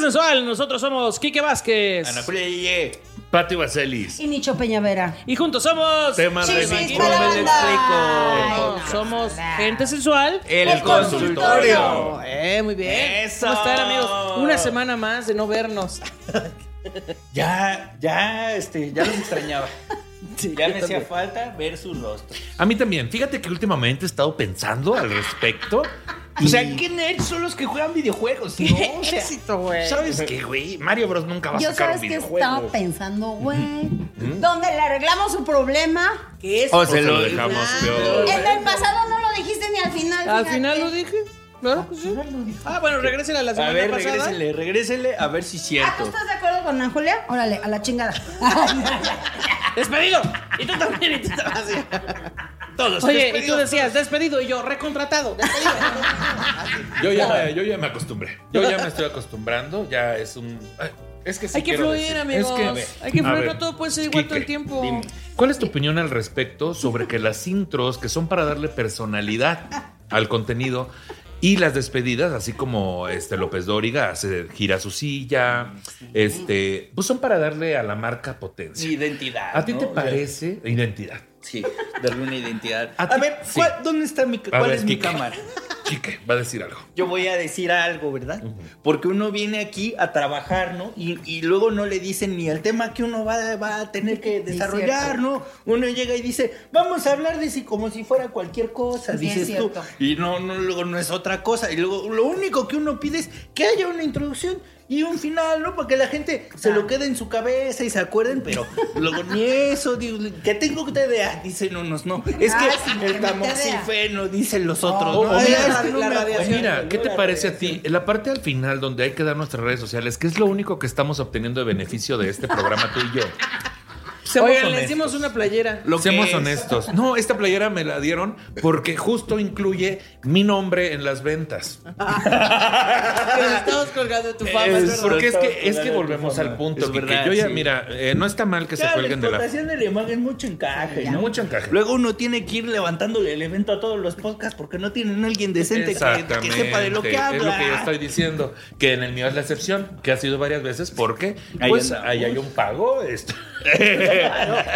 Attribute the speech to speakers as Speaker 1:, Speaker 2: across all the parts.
Speaker 1: sensual, nosotros somos Quique Vázquez.
Speaker 2: Ana Julia Yeye.
Speaker 3: Patio Vaselis.
Speaker 4: Y Nicho Peñavera.
Speaker 1: Y juntos somos.
Speaker 3: Temas de
Speaker 4: Chismes
Speaker 3: Nicho.
Speaker 4: para
Speaker 2: Yo me lo
Speaker 4: banda.
Speaker 2: explico.
Speaker 4: Ay,
Speaker 1: Somos
Speaker 4: no.
Speaker 1: gente sensual.
Speaker 2: El,
Speaker 4: El consultorio.
Speaker 2: consultorio.
Speaker 1: Eh, muy bien.
Speaker 2: Eso.
Speaker 1: ¿Cómo están, amigos? Una semana más de no vernos.
Speaker 2: Ya, ya, este, ya los extrañaba. ya me hacía falta ver su rostro.
Speaker 3: A mí también. Fíjate que últimamente he estado pensando al respecto.
Speaker 2: O sea, ¿qué nerds son los que juegan videojuegos? No, o sea,
Speaker 1: Éxito, güey.
Speaker 3: ¿Sabes qué, güey? Mario Bros nunca va a
Speaker 4: Yo
Speaker 3: sacar un
Speaker 4: sabes que estaba
Speaker 3: videojuego.
Speaker 4: pensando, güey. ¿Dónde le arreglamos su problema?
Speaker 1: ¿Qué es?
Speaker 3: O se lo dejamos
Speaker 1: Claro.
Speaker 3: peor.
Speaker 4: En el pasado no lo dijiste ni al final.
Speaker 1: Al
Speaker 4: fíjate.
Speaker 1: final lo dije. Claro que sí. Ah, bueno, regresen a la semana
Speaker 2: a ver,
Speaker 1: pasada.
Speaker 2: regrésenle, regrésenle a ver si es
Speaker 4: Ah, ¿tú
Speaker 2: cierto.
Speaker 4: estás de acuerdo con Ana Julia? Órale, a la chingada.
Speaker 1: ¡Despedido! Y tú también, y tú también.
Speaker 3: Todos
Speaker 1: pues, Oye, y tú
Speaker 3: despedidos.
Speaker 1: decías, despedido, y yo, recontratado.
Speaker 3: Yo ya, yo ya me acostumbré. Yo ya me estoy acostumbrando. Ya es un. Ay, Es que sí
Speaker 1: Hay que
Speaker 3: quiero
Speaker 1: fluir,
Speaker 3: decir-
Speaker 1: amigos.
Speaker 3: Es que, a ver,
Speaker 1: Hay que
Speaker 3: a
Speaker 1: fluir,
Speaker 3: ver,
Speaker 1: no todo puede ser igual todo el
Speaker 3: Quique,
Speaker 1: tiempo.
Speaker 3: dime, ¿Cuál es tu opinión al respecto sobre que las intros, que son para darle personalidad al contenido, y las despedidas, así como este López Dóriga hace gira su silla, este, pues son para darle a la marca potencia.
Speaker 2: Identidad.
Speaker 3: ¿A ti
Speaker 2: ¿no?
Speaker 3: te
Speaker 2: O sea,
Speaker 3: parece identidad?
Speaker 2: Sí, darle una identidad.
Speaker 3: A
Speaker 2: A,
Speaker 3: ti-
Speaker 2: ver,
Speaker 3: sí.
Speaker 2: ¿cuál- ¿dónde está mi,
Speaker 3: A
Speaker 2: cuál
Speaker 3: ver,
Speaker 2: es mi
Speaker 3: Kike.
Speaker 2: cámara?
Speaker 3: Quique, va a decir algo.
Speaker 2: Yo voy a decir algo, ¿verdad? Porque uno viene aquí a trabajar, ¿no? Y, y luego no le dicen ni el tema que uno va, va a tener que
Speaker 4: es
Speaker 2: desarrollar,
Speaker 4: cierto.
Speaker 2: ¿no? Uno llega y dice, vamos a hablar de si como si fuera cualquier cosa,
Speaker 4: Sí, es
Speaker 2: dices tú.
Speaker 4: cierto.
Speaker 2: Y no, no, luego no es otra cosa. Y luego lo único que uno pide es que haya una introducción y un final, ¿no? Para que la gente se lo quede en su cabeza y se acuerden, pero luego ni eso, digo, que tengo TDA, dicen unos, no. Es que
Speaker 4: Ah, sí, que
Speaker 2: el
Speaker 4: no Oh,
Speaker 2: tamoxifeno, dicen los otros.
Speaker 3: O-
Speaker 2: ¿no?
Speaker 3: o
Speaker 2: Ay,
Speaker 3: mira,
Speaker 2: es que no
Speaker 1: la
Speaker 2: me acuerdo.
Speaker 3: Pues mira, ¿qué te parece a ti? La parte al final donde hay que dar nuestras redes sociales, que es lo único que estamos obteniendo de beneficio de este programa tú y yo. Seamos
Speaker 1: Oigan, les
Speaker 3: honestos.
Speaker 1: dimos una playera.
Speaker 2: Lo que
Speaker 3: Seamos
Speaker 2: es.
Speaker 3: honestos. No, esta playera me la dieron porque justo incluye mi nombre en las ventas.
Speaker 1: Que nos estamos colgando de tu fama,
Speaker 2: Es
Speaker 1: pues, es verdad.
Speaker 3: Porque es
Speaker 2: estaba
Speaker 3: que, es que
Speaker 2: colgada
Speaker 3: volvemos
Speaker 2: tu fama.
Speaker 3: al punto.
Speaker 2: Es
Speaker 3: Quique.
Speaker 2: verdad,
Speaker 3: yo ya,
Speaker 2: sí.
Speaker 3: mira, eh, no está mal que se
Speaker 2: Ya,
Speaker 3: cuelguen de
Speaker 2: La
Speaker 3: la.
Speaker 2: explotación de la imagen mucho encaje, ¿no?
Speaker 3: Mucho encaje.
Speaker 2: Luego uno tiene que ir levantándole el evento a todos los podcasts porque no tienen alguien decente que, que sepa de lo que habla.
Speaker 3: es lo que yo estoy diciendo. Que en el mío es la excepción, que ha sido varias veces porque
Speaker 2: Ahí
Speaker 3: pues,
Speaker 2: andamos.
Speaker 3: ahí hay un pago. Esto.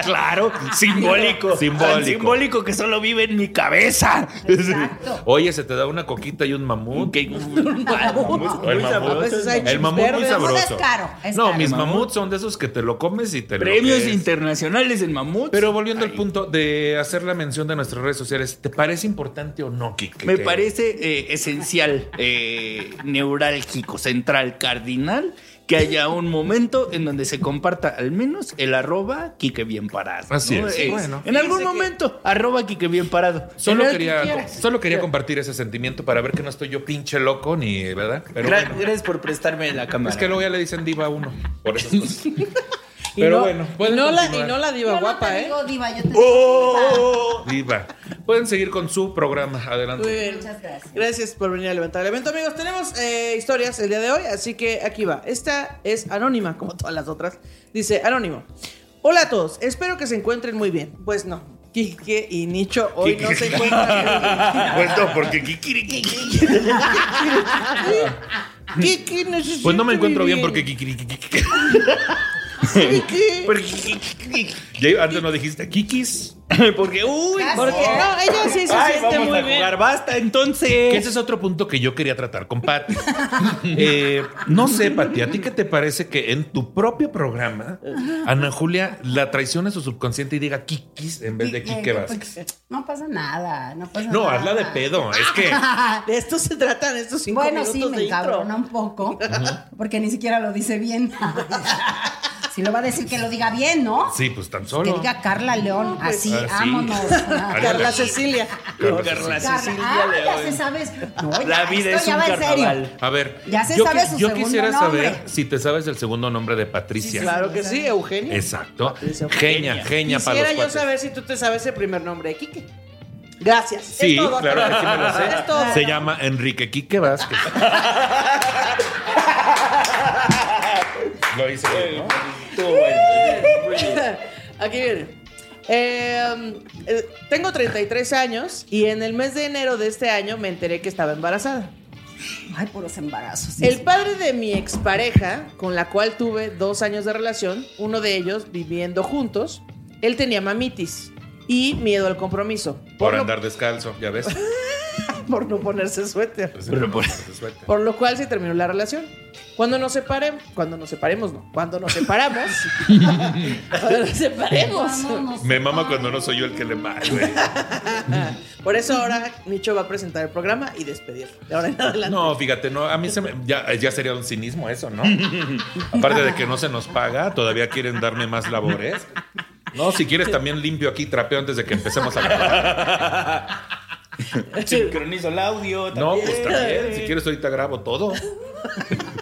Speaker 2: Claro, simbólico.
Speaker 3: Simbólico.
Speaker 2: Tan simbólico que solo vive en mi cabeza.
Speaker 4: Exacto.
Speaker 3: Oye, se te da una coquita y un mamut.
Speaker 2: Que-
Speaker 3: O el
Speaker 2: Muy sabroso.
Speaker 3: mamut,
Speaker 1: veces hay
Speaker 3: el mamut muy
Speaker 1: verdes.
Speaker 3: sabroso.
Speaker 4: Mamut es caro, es
Speaker 3: no,
Speaker 4: caro.
Speaker 3: mis
Speaker 2: Mamut.
Speaker 3: mamuts son de esos que te lo comes y te lo
Speaker 2: Premios
Speaker 3: que es.
Speaker 2: internacionales en mamut.
Speaker 3: Pero volviendo al punto de hacer la mención de nuestras redes sociales, ¿te parece importante o no, Kike?
Speaker 2: Me
Speaker 3: Que-
Speaker 2: parece eh, esencial, eh, neurálgico, central, cardinal, que haya un momento en donde se comparta al menos el arroba Quique Bien Parado.
Speaker 3: Así
Speaker 2: ¿no? Eh,
Speaker 3: es, bueno.
Speaker 2: En algún
Speaker 1: Fíjense que-
Speaker 2: momento, arroba Quique Bien Parado.
Speaker 3: Solo
Speaker 2: En el que
Speaker 3: quería,
Speaker 2: quieras.
Speaker 3: solo quería compartir ese sentimiento para ver que no estoy yo pinche loco ni, ¿verdad? Pero
Speaker 2: Gra-
Speaker 3: bueno,
Speaker 2: Gracias por prestarme la cámara.
Speaker 3: es que luego ya le dicen diva a uno por esas cosas.
Speaker 1: Y
Speaker 3: Pero
Speaker 1: no-
Speaker 3: bueno,
Speaker 1: y
Speaker 3: pueden
Speaker 1: no, la, y
Speaker 3: continuar.
Speaker 1: no la
Speaker 4: Yo
Speaker 1: diva
Speaker 4: no
Speaker 1: guapa,
Speaker 4: te
Speaker 1: ¿eh?
Speaker 4: digo diva, yo te digo
Speaker 2: ¡Oh!
Speaker 3: Diva. Pueden seguir con su programa.
Speaker 1: Muy
Speaker 3: Adelante.
Speaker 1: bien.
Speaker 4: Muchas gracias.
Speaker 1: Gracias por venir a levantar el evento, amigos. Tenemos eh, historias el día de hoy, así que aquí va. Esta es anónima, como todas las otras. Dice anónimo. Hola a todos, espero que se encuentren muy bien. Pues no. Quique y Nicho hoy no se encuentran.
Speaker 3: Pues no, porque Kikiriki.
Speaker 1: Ah, Quique no se
Speaker 3: Pues no me
Speaker 1: siente
Speaker 3: encuentro
Speaker 1: muy
Speaker 3: bien porque Pues Kikiriki.
Speaker 1: Quique.
Speaker 3: Ya Antes no dijiste Kikis.
Speaker 2: Porque, uy,
Speaker 4: Gracias.
Speaker 1: Porque no, ella sí se
Speaker 2: Ay,
Speaker 1: siente
Speaker 2: vamos
Speaker 1: muy
Speaker 2: a
Speaker 1: bien.
Speaker 2: jugar, basta entonces.
Speaker 3: Que
Speaker 4: Eh.
Speaker 3: ese es otro punto que yo quería tratar con Pati. Eh, no sé, Pati, ¿a ti qué te parece que en tu propio programa Ana Julia la traicione su subconsciente y diga Kikis en vez de
Speaker 4: eh,
Speaker 3: Kike Vázquez?
Speaker 4: No pasa nada, no pasa
Speaker 3: No,
Speaker 4: nada.
Speaker 3: hazla de pedo. Es que
Speaker 1: De esto se tratan estos cinco
Speaker 4: Bueno,
Speaker 1: minutos
Speaker 4: sí, me
Speaker 1: de intro.
Speaker 4: encabrona un poco, porque ni siquiera lo dice bien. si lo va a decir que lo diga bien, ¿no?
Speaker 3: sí, pues tan
Speaker 4: Que
Speaker 3: solo. Ah,
Speaker 4: diga Carla León,
Speaker 1: pues,
Speaker 4: así,
Speaker 2: Ah,
Speaker 3: Así.
Speaker 4: vámonos.
Speaker 1: Carla Cecilia.
Speaker 3: Carla
Speaker 2: Carla
Speaker 3: Cecilia.
Speaker 4: Carla,
Speaker 2: Cecilia
Speaker 4: ah, ya
Speaker 2: León.
Speaker 4: se sabes. No, ya,
Speaker 2: La vida
Speaker 4: esto
Speaker 2: es
Speaker 4: ya
Speaker 2: un
Speaker 4: va en serio.
Speaker 2: carnaval.
Speaker 3: A ver,
Speaker 4: Ya se
Speaker 3: yo,
Speaker 4: sabe
Speaker 3: qui-
Speaker 4: su
Speaker 3: yo
Speaker 4: segundo
Speaker 3: quisiera
Speaker 4: nombre.
Speaker 3: saber si te sabes el segundo nombre de Patricia.
Speaker 1: Claro que sí, Eugenia.
Speaker 3: Exacto.
Speaker 1: Patricia.
Speaker 3: Genia, genia para los
Speaker 1: Quisiera yo
Speaker 3: cuates.
Speaker 1: saber si tú te sabes el primer nombre de Quique. Gracias.
Speaker 3: Sí,
Speaker 1: Es todo.
Speaker 3: claro que sí me lo sé.
Speaker 1: Es todo.
Speaker 3: Se llama Enrique Quique Vázquez. lo hice bien, ¿no?
Speaker 2: Estuvo bueno, muy bien.
Speaker 1: Aquí viene. Eh, eh, tengo 33 años y en el mes de enero de este año me enteré que estaba embarazada.
Speaker 4: Ay, puros embarazos. sí,
Speaker 1: El
Speaker 4: sí.
Speaker 1: padre de mi expareja, con la cual tuve dos años de relación, uno de ellos viviendo juntos, él tenía mamitis y miedo al compromiso.
Speaker 3: Por
Speaker 1: lo-
Speaker 3: andar descalzo, ya ves.
Speaker 1: por no ponerse suéter.
Speaker 3: Pero por pues, suerte.
Speaker 1: Por lo cual se terminó la relación. Cuando nos separemos, cuando nos separemos, no, cuando nos separamos, cuando nos separemos.
Speaker 4: Vámonos.
Speaker 3: Me mama cuando no soy yo el que le mata.
Speaker 1: Ah, Por eso ahora Nicho va a presentar el programa y despedir. De ahora en adelante.
Speaker 3: No, fíjate, no, a mí se me- ya, ya sería un cinismo eso, ¿no? Aparte de que no se nos paga, todavía quieren darme más labores. No, si quieres también limpio aquí trapeo antes de que empecemos a grabar.
Speaker 2: Sincronizo el audio.
Speaker 3: No,
Speaker 2: también.
Speaker 3: pues también, si quieres ahorita grabo todo.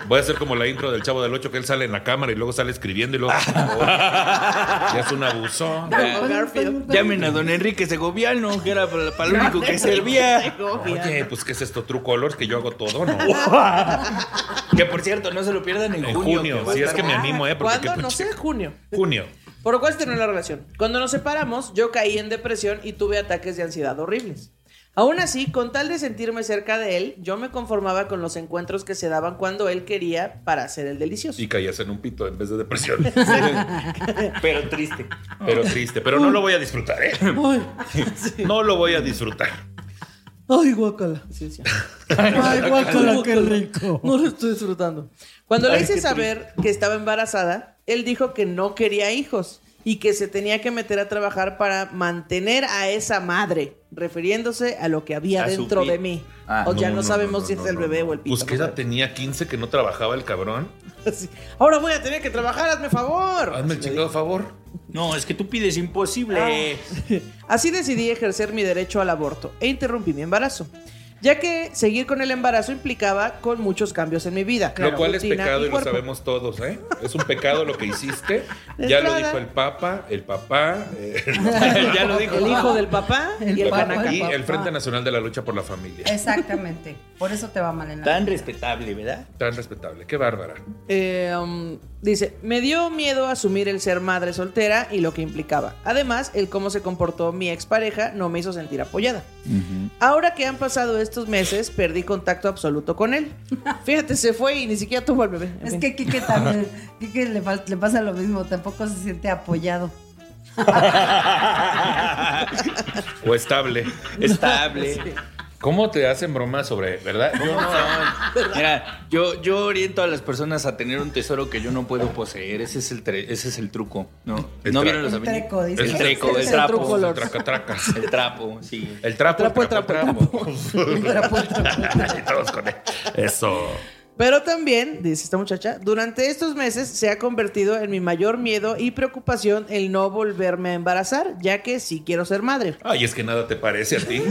Speaker 3: Voy a hacer como la intro del Chavo del Ocho que él sale en la cámara y luego sale escribiendo y luego... ya es un abusón.
Speaker 1: Como Garfield.
Speaker 2: Llamen a don Enrique Segoviano, que era para, para lo único que servía.
Speaker 3: Oye, pues ¿qué es esto? True Colors, que yo hago todo, ¿no?
Speaker 2: Que por cierto, no se lo pierdan en,
Speaker 3: En junio,
Speaker 2: va a
Speaker 3: si es
Speaker 2: estar
Speaker 3: que me animo, ¿eh? Porque qué
Speaker 1: ¿Cuándo? No sé,
Speaker 3: pinche-
Speaker 1: junio.
Speaker 3: Junio.
Speaker 1: Por lo cual se terminó la relación. Cuando nos separamos, yo caí en depresión y tuve ataques de ansiedad horribles. Aún así, con tal de sentirme cerca de él, yo me conformaba con los encuentros que se daban cuando él quería para hacer el delicioso.
Speaker 3: Y caías en un pito en vez de depresión.
Speaker 2: Pero triste.
Speaker 3: Pero triste, pero no lo voy a disfrutar, ¿eh?
Speaker 1: Ay,
Speaker 3: No lo voy a disfrutar.
Speaker 1: ay guácala. Sí, sí. Ay, guácala, qué rico. No lo estoy disfrutando. Cuando le
Speaker 2: Ay,
Speaker 1: hice
Speaker 2: qué
Speaker 1: saber que estaba embarazada, él dijo que no quería hijos y que se tenía que meter a trabajar para mantener a esa madre, refiriéndose a lo que había
Speaker 2: A su
Speaker 1: dentro
Speaker 2: pi-
Speaker 1: de mí.
Speaker 2: Ah,
Speaker 1: o ya no,
Speaker 3: no, no,
Speaker 1: sabemos
Speaker 3: no,
Speaker 1: si
Speaker 3: no,
Speaker 1: es el
Speaker 3: no,
Speaker 1: bebé
Speaker 3: no.
Speaker 1: o el pito.
Speaker 3: Pues
Speaker 1: no
Speaker 3: qué edad
Speaker 1: sabemos.
Speaker 3: tenía 15 que no trabajaba el cabrón.
Speaker 1: Así, Ahora voy a tener que trabajar, hazme favor.
Speaker 3: Hazme el chingado favor.
Speaker 2: No, es que tú pides imposible.
Speaker 1: Así decidí ejercer mi derecho al aborto e interrumpí mi embarazo, ya que seguir con el embarazo implicaba con muchos cambios en mi vida.
Speaker 3: lo cual es
Speaker 1: rutina
Speaker 3: pecado y, lo
Speaker 1: cuerpo.
Speaker 3: sabemos todos, ¿eh? Es un pecado lo que hiciste.
Speaker 1: De
Speaker 3: Ya lo
Speaker 1: entrada.
Speaker 3: dijo el papa, el papá, eh,
Speaker 2: ya lo dijo.
Speaker 1: El hijo del papá
Speaker 4: El
Speaker 1: y el
Speaker 4: papá.
Speaker 1: panaca.
Speaker 3: y
Speaker 4: papá.
Speaker 3: el Frente Nacional de la Lucha por la Familia.
Speaker 4: Exactamente. Por eso te va mal en la
Speaker 2: Tan respetable, ¿verdad?
Speaker 3: Tan respetable. Qué bárbara.
Speaker 1: Eh, um, dice, me dio miedo asumir el ser madre soltera y lo que implicaba. Además, el cómo se comportó mi expareja no me hizo sentir apoyada. Ahora que han pasado estos meses, perdí contacto absoluto con él. Fíjate, se fue y ni siquiera tuvo al bebé. En
Speaker 4: Es
Speaker 1: fin.
Speaker 4: que Kike también, Kike le, fal- le pasa lo mismo, tampoco se siente apoyado.
Speaker 3: O estable.
Speaker 2: Estable.
Speaker 3: ¿Cómo te hacen bromas sobre, verdad? Yo no-
Speaker 2: Mira, yo, yo oriento a las personas a tener un tesoro que yo no puedo poseer. Ese es el, tre- ese es el truco. ¿No,
Speaker 3: El
Speaker 2: ¿No
Speaker 3: tra-
Speaker 2: vieron los
Speaker 4: El
Speaker 2: avenidas?
Speaker 4: treco, dice.
Speaker 2: El treco,
Speaker 4: Ese
Speaker 2: el
Speaker 4: es
Speaker 2: trapo.
Speaker 4: truco, Lord.
Speaker 3: traca, traca.
Speaker 2: El trapo, sí.
Speaker 3: El trapo,
Speaker 1: Trapo,
Speaker 3: el trapo,
Speaker 1: trapo,
Speaker 3: trapo. Y todos con él. Eso.
Speaker 1: Pero también, dice esta muchacha, durante estos meses se ha convertido en mi mayor miedo y preocupación el no volverme a embarazar, ya que sí quiero ser madre.
Speaker 3: Ay, es que nada te parece a ti.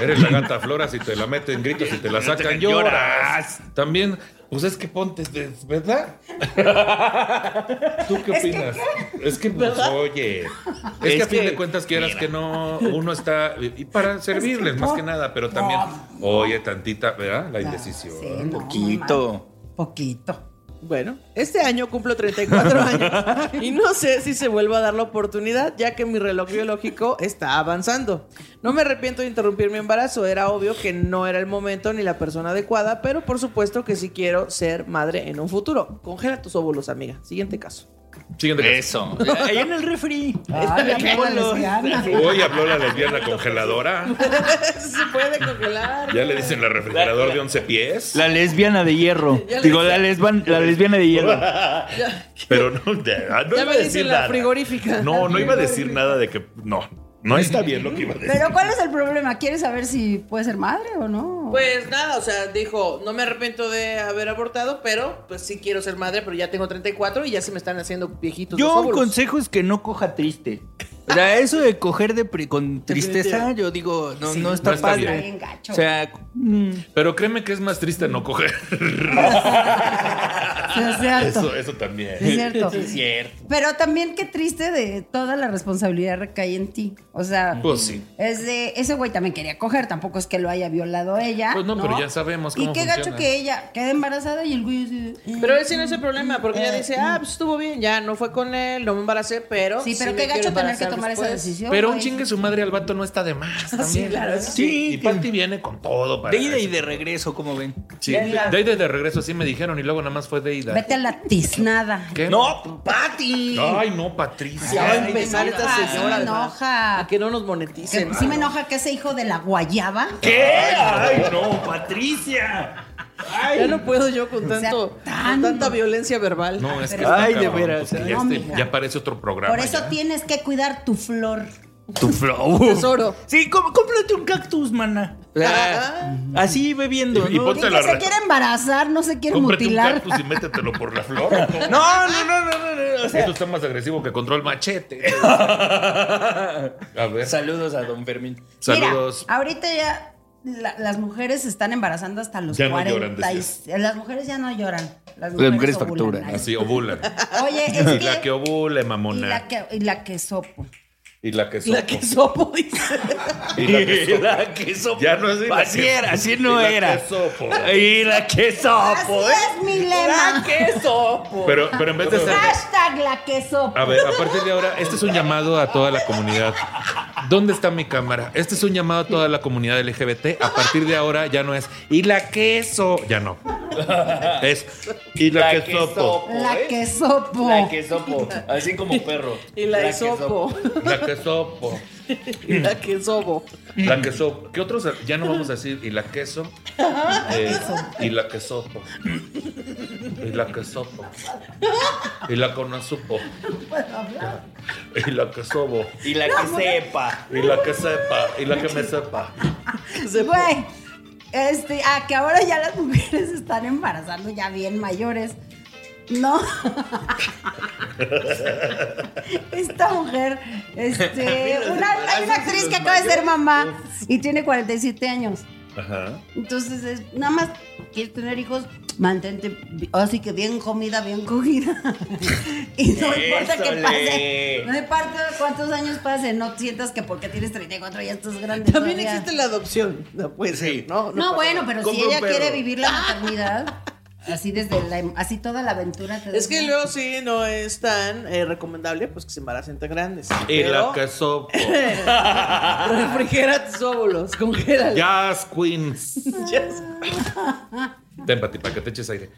Speaker 3: Eres la gata flora, si te la meten gritos, si te la
Speaker 2: No te
Speaker 3: sacan,
Speaker 2: lloras.
Speaker 3: lloras. También, pues es que ponte, es- ¿verdad? ¿Tú qué opinas? Es que, pues, oye, es, que a
Speaker 2: Es
Speaker 3: fin
Speaker 2: que-
Speaker 3: de cuentas quieras
Speaker 2: mira.
Speaker 3: que no, uno está, y para servirles más que nada, pero también, oye, tantita, ¿verdad? La indecisión.
Speaker 4: Ah, Sí, no,
Speaker 2: Poquito.
Speaker 4: muy mal. Poquito.
Speaker 1: Bueno, este año cumplo 34 años y no sé si se vuelva a dar la oportunidad, ya que mi reloj biológico está avanzando. No me arrepiento de interrumpir mi embarazo, era obvio que no era el momento ni la persona adecuada, pero por supuesto que sí quiero ser madre en un futuro. Congela tus óvulos, amiga. Siguiente caso.
Speaker 3: Siguiente
Speaker 2: Eso.
Speaker 3: caso.
Speaker 2: Ahí en el refri.
Speaker 4: Ay,
Speaker 2: Ahí
Speaker 4: qué
Speaker 2: ponlo.
Speaker 4: lesbiana.
Speaker 3: Hoy habló la lesbiana congeladora.
Speaker 1: se puede congelar.
Speaker 3: Ya le dicen la refrigerador de 11 pies.
Speaker 2: La lesbiana de hierro.
Speaker 1: Ya le
Speaker 2: Digo,
Speaker 1: dije.
Speaker 2: la, lesban- la lesbiana de hierro.
Speaker 3: Pero no, de- ah, no
Speaker 1: ya
Speaker 3: iba
Speaker 1: me
Speaker 3: a decir
Speaker 1: dicen la
Speaker 3: nada.
Speaker 1: frigorífica.
Speaker 3: No, no iba a decir nada de que. No, no está bien lo que iba a decir.
Speaker 4: Pero ¿cuál es el problema? ¿Quieres saber si puede ser madre o no?
Speaker 1: Pues nada, o sea, dijo, no me arrepiento de haber abortado, pero pues sí quiero ser madre, pero ya tengo 34 y ya se me están haciendo viejitos.
Speaker 2: Yo
Speaker 1: los
Speaker 2: un
Speaker 1: óvulos.
Speaker 2: consejo es que no coja triste. O sea, eso de coger de pri- con tristeza, yo digo, no, no está
Speaker 3: no está
Speaker 2: padre.
Speaker 3: bien.
Speaker 4: Está bien gacho.
Speaker 2: O sea, mm,
Speaker 3: Pero créeme que es más triste no coger.
Speaker 4: Sí, es cierto.
Speaker 3: Eso, eso también.
Speaker 4: Es cierto.
Speaker 2: Sí, es cierto.
Speaker 4: Pero también qué triste de toda la responsabilidad recae en ti. O sea,
Speaker 3: Pues sí.
Speaker 4: es de ese güey también quería coger, tampoco es que lo haya violado ella.
Speaker 3: Pues no, pero ya sabemos
Speaker 4: Y
Speaker 3: cómo
Speaker 4: qué gacho
Speaker 3: funciona.
Speaker 4: que ella queda embarazada y el güey así de, "Eh".
Speaker 1: Pero él sí no es el problema, porque
Speaker 3: Eh,
Speaker 1: ella dice,
Speaker 3: mm.
Speaker 1: ah, pues estuvo bien, ya no fue con él, no me embaracé, pero.
Speaker 4: Sí, pero
Speaker 1: me
Speaker 4: qué
Speaker 1: quiero
Speaker 4: gacho tener que
Speaker 1: embarazar
Speaker 4: tomar esa
Speaker 1: después".
Speaker 4: decisión.
Speaker 3: Pero un
Speaker 4: güey.
Speaker 3: chingue su madre al vato no está de más. También.
Speaker 1: claro, eso
Speaker 2: sí.
Speaker 3: Y Patty viene con todo para
Speaker 2: De ida y
Speaker 3: eso.
Speaker 2: de regreso, como ven.
Speaker 3: Sí, de ida y de regreso, sí me dijeron, y luego nada más fue de ida.
Speaker 4: Vete a la tiznada.
Speaker 3: ¿Qué?
Speaker 2: No, Patty.
Speaker 3: Ay, no,
Speaker 1: Ya va
Speaker 3: Patricia.
Speaker 1: a
Speaker 2: Ay,
Speaker 1: empezar
Speaker 2: de
Speaker 1: esta
Speaker 2: veras.
Speaker 4: Ah, sí
Speaker 1: señora.
Speaker 4: me
Speaker 1: además,
Speaker 4: enoja.
Speaker 1: A que no nos
Speaker 4: Que
Speaker 1: moneticen.
Speaker 4: sí me enoja que ese hijo de la guayaba.
Speaker 2: ¿Qué? Ay, no, Patricia. Ay.
Speaker 1: Ya no puedo yo con,
Speaker 4: sea,
Speaker 1: tanto, con
Speaker 4: tan-
Speaker 1: tanta violencia verbal.
Speaker 3: No, es que
Speaker 4: Pero-
Speaker 3: está
Speaker 2: Ay, de
Speaker 3: cabrón,
Speaker 2: veras, eh.
Speaker 3: porque
Speaker 2: ay.
Speaker 3: ya,
Speaker 4: No,
Speaker 3: este-
Speaker 4: mija.
Speaker 3: ya parece otro programa.
Speaker 4: Por eso
Speaker 3: ya.
Speaker 4: tienes que cuidar tu flor.
Speaker 2: Tu flow.
Speaker 1: Tesoro.
Speaker 2: Sí, com- cómprate un cactus, mana.
Speaker 1: Ah.
Speaker 2: Así bebiendo.
Speaker 3: Y- y
Speaker 2: ¿no?
Speaker 3: ponte-
Speaker 4: Y
Speaker 3: Te
Speaker 4: que
Speaker 3: la
Speaker 4: se
Speaker 3: re-
Speaker 4: quiere embarazar, no se quiere
Speaker 3: Cómprate un
Speaker 4: mutilar.
Speaker 3: cactus y métetelo por la flor.
Speaker 2: No, no, no, no, no, no, o sea-
Speaker 3: Esto está más agresivo que control machete. A ver.
Speaker 2: Saludos a don Fermín.
Speaker 3: Saludos.
Speaker 4: Mira, ahorita ya la- las mujeres se están embarazando hasta los
Speaker 3: Ya no
Speaker 4: 40.
Speaker 3: lloran,
Speaker 4: y- las mujeres ya no lloran. Las mujeres,
Speaker 2: mujeres
Speaker 4: ovulan.
Speaker 2: facturan.
Speaker 4: Ay,
Speaker 3: Así, ovulan.
Speaker 4: Oye, ah, es
Speaker 3: Y
Speaker 4: que,
Speaker 3: la que ovule,
Speaker 4: y
Speaker 3: mamona.
Speaker 4: la que y la que sopo.
Speaker 3: Y la que sopo.
Speaker 1: La que sopo, dice.
Speaker 3: Y la que sopo.
Speaker 2: sopo.
Speaker 3: Ya no es ni la
Speaker 2: así
Speaker 3: que-
Speaker 2: era, así no
Speaker 3: y la que
Speaker 2: era.
Speaker 3: sopo.
Speaker 2: Y la que
Speaker 3: Ah, pues.
Speaker 2: sopo.
Speaker 4: Así es mi lema.
Speaker 2: La que sopo.
Speaker 3: Pero, pero en vez de ser.
Speaker 4: Hashtag la que sopo.
Speaker 3: A ver, a partir de ahora, este es un llamado a toda la comunidad. ¿Dónde está mi cámara? Este es un llamado a toda la comunidad LGBT. A partir de ahora ya no es y la queso, ya no. Es y la, que sopo.
Speaker 4: La
Speaker 2: ¿eh?
Speaker 4: que sopo.
Speaker 2: La que sopo. Así como perro.
Speaker 1: Y la,
Speaker 2: que
Speaker 1: sopo.
Speaker 3: La que sopo.
Speaker 1: Y la que sobo.
Speaker 3: La que sopo. ¿Qué otros? Ya no vamos a decir y la queso. eh, y la que sopo. Y la que sopo. Y la conazupo. Y la que sobo.
Speaker 2: Y la que sepa.
Speaker 3: Y la que sepa. Y la que me sepa.
Speaker 1: Sepo.
Speaker 4: Güey, este, ah, que ahora ya las mujeres se están embarazando ya bien mayores. No. Esta mujer, este, una, hay una actriz que acaba de ser mamá y tiene 47 años.
Speaker 3: Ajá.
Speaker 4: Entonces, es, nada más quieres tener hijos, mantente, bi- así que bien comida, bien cogida. y no importa qué
Speaker 2: Ézole.
Speaker 4: pase, no importa cuántos años pase, no sientas que porque tienes 34 ya estás grande.
Speaker 1: También
Speaker 4: todavía.
Speaker 1: existe la adopción. No puede
Speaker 2: Sí.
Speaker 1: ser, ¿no?
Speaker 4: No, bueno, pero si
Speaker 2: Compra un
Speaker 4: ella
Speaker 2: perro.
Speaker 4: quiere vivir la maternidad, así desde la, así toda la aventura. te
Speaker 1: Es que
Speaker 4: desvía.
Speaker 1: luego sí no es tan eh, recomendable pues que se embaracen tan grandes.
Speaker 3: Y
Speaker 1: Pero
Speaker 3: la que sopo.
Speaker 1: refrigera tus óvulos, congélalos.
Speaker 3: Jazz Queens.
Speaker 1: Ya.
Speaker 3: Ten para para que te eches aire.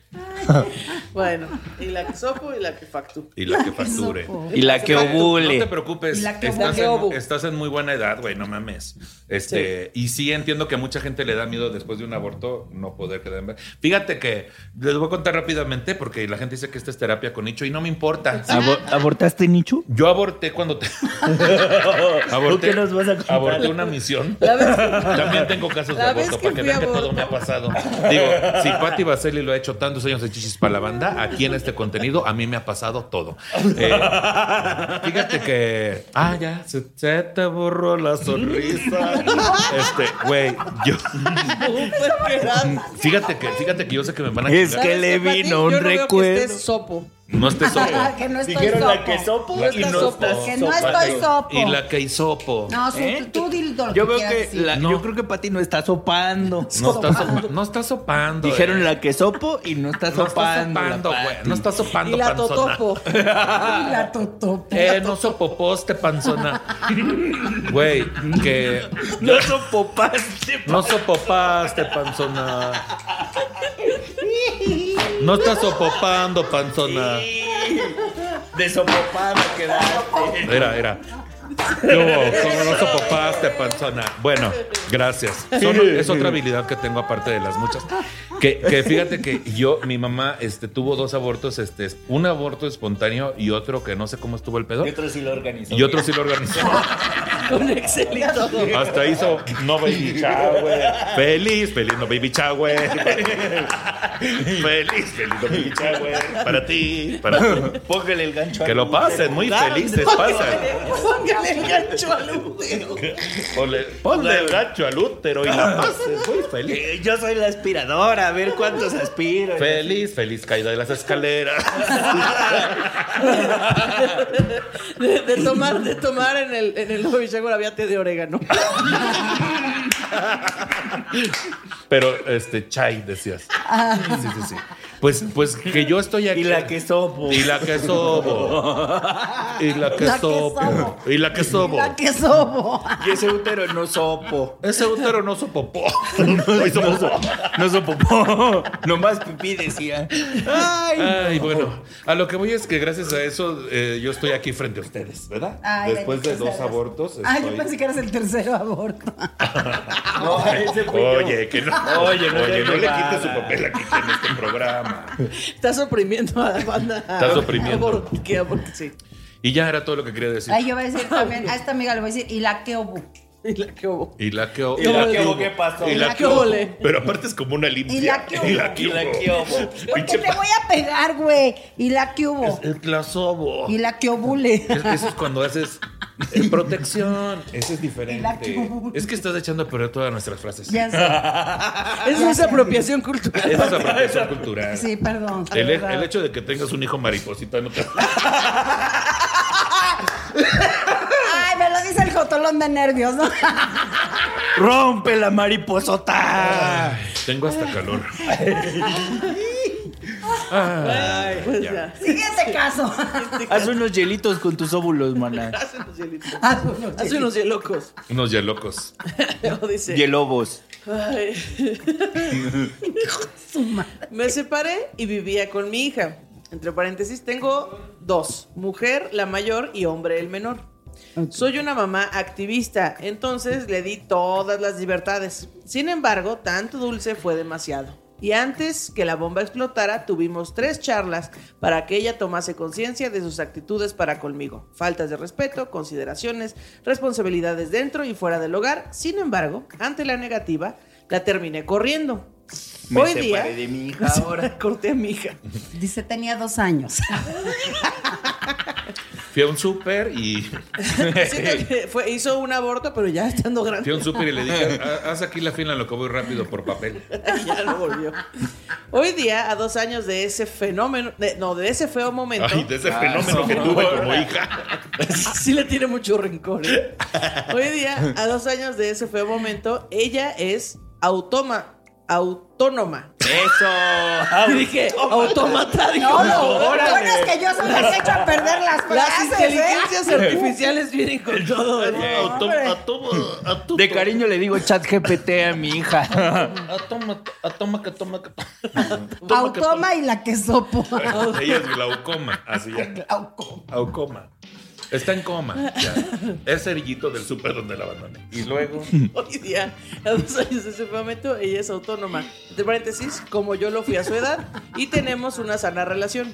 Speaker 1: Bueno, y la que sopo y la que factu.
Speaker 3: Y la que facture.
Speaker 4: Sopo.
Speaker 2: Y la que
Speaker 3: No te
Speaker 2: ovule.
Speaker 3: preocupes,
Speaker 4: Y la que
Speaker 3: estás,
Speaker 1: obo. La que
Speaker 3: en,
Speaker 1: obo.
Speaker 3: estás en muy buena edad, güey, no mames. Este, Y sí entiendo que a mucha gente le da miedo después de un aborto no poder quedar embarazada. Fíjate que les voy a contar rápidamente porque la gente dice que esta es terapia con nicho y no me importa.
Speaker 2: Abo- ¿Abortaste, Nicho?
Speaker 3: Yo aborté cuando te-
Speaker 2: ¿Tú
Speaker 3: aborté,
Speaker 2: qué nos vas a contar?
Speaker 3: aborté una misión.
Speaker 1: La vez-
Speaker 3: También tengo casos de
Speaker 1: La
Speaker 3: aborto,
Speaker 1: vez que
Speaker 3: para que
Speaker 1: fui
Speaker 3: vean que
Speaker 1: aborto.
Speaker 3: todo me ha pasado. Digo, si Patti Baseli lo ha hecho tantos años de chichis para la banda, aquí en este contenido a mí me ha pasado todo. Eh, fíjate que. Ah, ya, se, se te borró la sonrisa. Este, güey, yo. Fíjate que, fíjate que yo sé que me van a.
Speaker 2: Es
Speaker 3: chingar.
Speaker 2: que
Speaker 1: ¿Sabes
Speaker 2: le
Speaker 1: qué, Pati?
Speaker 2: vino un
Speaker 1: Yo no veo
Speaker 2: recuerdo.
Speaker 1: que estés sopo.
Speaker 3: No estés sopo.
Speaker 4: Ah, que no estoy
Speaker 2: Dijeron
Speaker 4: sopo.
Speaker 2: la que sopo
Speaker 1: No
Speaker 2: y
Speaker 1: estás
Speaker 2: no
Speaker 1: sopo.
Speaker 2: estás
Speaker 4: Que no
Speaker 2: sopa.
Speaker 4: estoy sopo.
Speaker 3: Y la que hisopo.
Speaker 4: No, su-
Speaker 2: ¿Eh?
Speaker 4: tú dilo lo
Speaker 2: Yo veo
Speaker 4: quieras
Speaker 2: que
Speaker 4: decir.
Speaker 2: la-
Speaker 3: No.
Speaker 2: yo creo que Pati no está sopando.
Speaker 3: No está, sopa- no está sopando.
Speaker 2: Dijeron
Speaker 3: eh.
Speaker 2: la que sopo y no está
Speaker 3: No está
Speaker 2: sopando. la
Speaker 3: sopando, güey.
Speaker 2: Pati.
Speaker 3: No está sopando,
Speaker 1: Y la
Speaker 3: panzona.
Speaker 1: totopo.
Speaker 4: Y la totopo.
Speaker 3: Eh, no sopoposte, panzona. Güey, que
Speaker 2: No sopopaste.
Speaker 3: no sopopaste, panzona. No estás sopopando, panzona.
Speaker 2: De sopopado quedaste.
Speaker 3: Era, era. Yo, como no sopopaste, panzona. Bueno, gracias. Son- es otra habilidad que tengo aparte de las muchas. Que, que fíjate que yo, mi mamá, este, tuvo dos abortos, este, un aborto espontáneo y otro que no sé cómo estuvo el pedo.
Speaker 2: Y otro sí lo organizó.
Speaker 3: Y otro sí lo organizó.
Speaker 1: con Excel y todo.
Speaker 3: Hasta hizo No Baby Chagüe. Feliz, feliz No Baby Chagüe. Feliz, feliz No Baby Chagüe. Para ti, para ti.
Speaker 2: Póngale el gancho
Speaker 3: Que lo pasen, muy felices pasan.
Speaker 1: Póngale el gancho al huevo.
Speaker 3: Ponle, ponle el gancho al útero y la pases muy feliz.
Speaker 2: Eh, Yo soy la aspiradora, a ver cuántos aspiro.
Speaker 3: Feliz, feliz caída de las escaleras.
Speaker 1: De, de tomar, de tomar en el, en el lobby seguro había té de orégano.
Speaker 3: Pero, este, chai, decías. Sí, sí, sí. Pues, pues que yo estoy aquí.
Speaker 2: Y la que sopo.
Speaker 3: Y la que sobo. Y la que
Speaker 4: La que
Speaker 3: sobo.
Speaker 4: sobo.
Speaker 3: Y la que sobo.
Speaker 4: La que sobo.
Speaker 2: Y ese útero no sopo.
Speaker 3: Ese útero no sopopó.
Speaker 2: No sopo. Nomás pipí decía. Ay.
Speaker 3: Ay, bueno. A lo que voy es que gracias a eso eh, yo estoy aquí frente a ustedes, ¿verdad?
Speaker 4: Ay,
Speaker 3: Después de
Speaker 4: bendito
Speaker 3: dos
Speaker 4: sea Dios.
Speaker 3: abortos.
Speaker 4: Ay,
Speaker 3: estoy-
Speaker 4: yo pensé que eras el tercero aborto.
Speaker 2: No, ese fui yo.
Speaker 3: Oye, que no,
Speaker 2: Oye, no
Speaker 3: oye,
Speaker 2: te
Speaker 3: no le
Speaker 2: hagas
Speaker 3: quites su
Speaker 2: nada.
Speaker 3: papel aquí en este programa.
Speaker 1: Estás oprimiendo a la banda.
Speaker 3: Estás oprimiendo.
Speaker 1: Abor- que abor- sí.
Speaker 3: Y ya era todo lo que quería decir.
Speaker 4: Ay, yo voy a decir también, a esta amiga le voy a decir, y la que obo.
Speaker 1: Y la que hubo.
Speaker 3: Y la que
Speaker 2: ¿Y la que
Speaker 1: Oye.
Speaker 2: hubo? ¿Qué pasó?
Speaker 3: y la
Speaker 4: la
Speaker 3: que
Speaker 4: que
Speaker 3: hubo.
Speaker 1: ole.
Speaker 3: Pero aparte es como una limpia.
Speaker 4: Y la que
Speaker 3: Y
Speaker 4: hubo.
Speaker 3: la que
Speaker 2: Y la
Speaker 3: hubo.
Speaker 2: que hubo.
Speaker 4: Porque
Speaker 3: Pinche
Speaker 4: te voy a pegar, güey. Y la que hubo.
Speaker 3: pa- El clasobo.
Speaker 4: Y la que obule.
Speaker 3: Es- Eso es cuando haces eh, protección. Eso es
Speaker 4: Y la que
Speaker 3: diferente.
Speaker 4: hubo.
Speaker 3: Es que estás echando a perder todas nuestras frases.
Speaker 4: Ya sé.
Speaker 3: Ah,
Speaker 1: Es desapropiación cultural.
Speaker 3: Eso es apropiación cultural.
Speaker 4: Sí, perdón. de
Speaker 3: El,
Speaker 4: verdad.
Speaker 3: el hecho de que tengas un hijo mariposita no te...
Speaker 4: Ay, me lo dice el jotolón de nervios, ¿no?
Speaker 2: ¡Rompe la mariposota!
Speaker 3: Tengo hasta calor. Ah,
Speaker 1: Ay, pues
Speaker 3: ya.
Speaker 1: ya.
Speaker 4: Siguiente caso.
Speaker 2: Haz unos hielitos con tus óvulos, maná.
Speaker 1: Hacen los hielitos.
Speaker 4: Haz uno,
Speaker 1: Hace unos hielocos.
Speaker 3: unos ya locos.
Speaker 1: O dice.
Speaker 2: Hielobos.
Speaker 1: Ay. Me separé y vivía con mi hija. Entre paréntesis, tengo dos, mujer la mayor y hombre el menor. Soy una mamá activista, entonces le di todas las libertades. Sin embargo, tanto dulce fue demasiado. Y antes que la bomba explotara, tuvimos tres charlas para que ella tomase conciencia de sus actitudes para conmigo. Faltas de respeto, consideraciones, responsabilidades dentro y fuera del hogar. Sin embargo, ante la negativa, la terminé corriendo.
Speaker 2: Me
Speaker 1: Hoy día
Speaker 2: separé de mi hija ahora.
Speaker 1: ahora corté a mi hija.
Speaker 4: Dice, tenía dos años.
Speaker 3: Fui a un súper y
Speaker 1: Siento que fue- hizo un aborto, pero ya estando grande.
Speaker 3: fui a un súper y le dije, "Ha- haz aquí la fila en lo que voy rápido por papel.
Speaker 1: ya no volvió. Hoy día, a dos años de ese fenómeno, de- no, de ese feo momento,
Speaker 3: Ay, de ese
Speaker 2: Ah,
Speaker 3: fenómeno que
Speaker 2: sí.
Speaker 3: tuve como hija.
Speaker 1: sí le tiene mucho rencor. ¿eh? Hoy día, a dos años de ese feo momento, ella es automa, autónoma.
Speaker 2: ¡Eso!
Speaker 1: Y dije, "Oh, autómata, dijo.
Speaker 4: No, no, no
Speaker 2: Órale.
Speaker 4: es que yo soy las echo a perder las
Speaker 1: Las
Speaker 4: frases, ¿eh?
Speaker 1: inteligencias artificiales vienen con todo. ¿eh?
Speaker 3: Autom-
Speaker 4: hombre.
Speaker 3: atomo- atomo-
Speaker 2: De cariño le digo chat GPT a mi hija.
Speaker 3: Atoma, atoma, que toma, que toma.
Speaker 4: Automa y la que sopo.
Speaker 3: Ella es glaucoma, así ya. Glaucoma. Está en coma. ya. Es cerillito del súper donde la abandoné. Y luego.
Speaker 1: Hoy día, a dos años de su momento, ella es autónoma. Entre paréntesis, como yo lo fui a su edad, y tenemos una sana relación.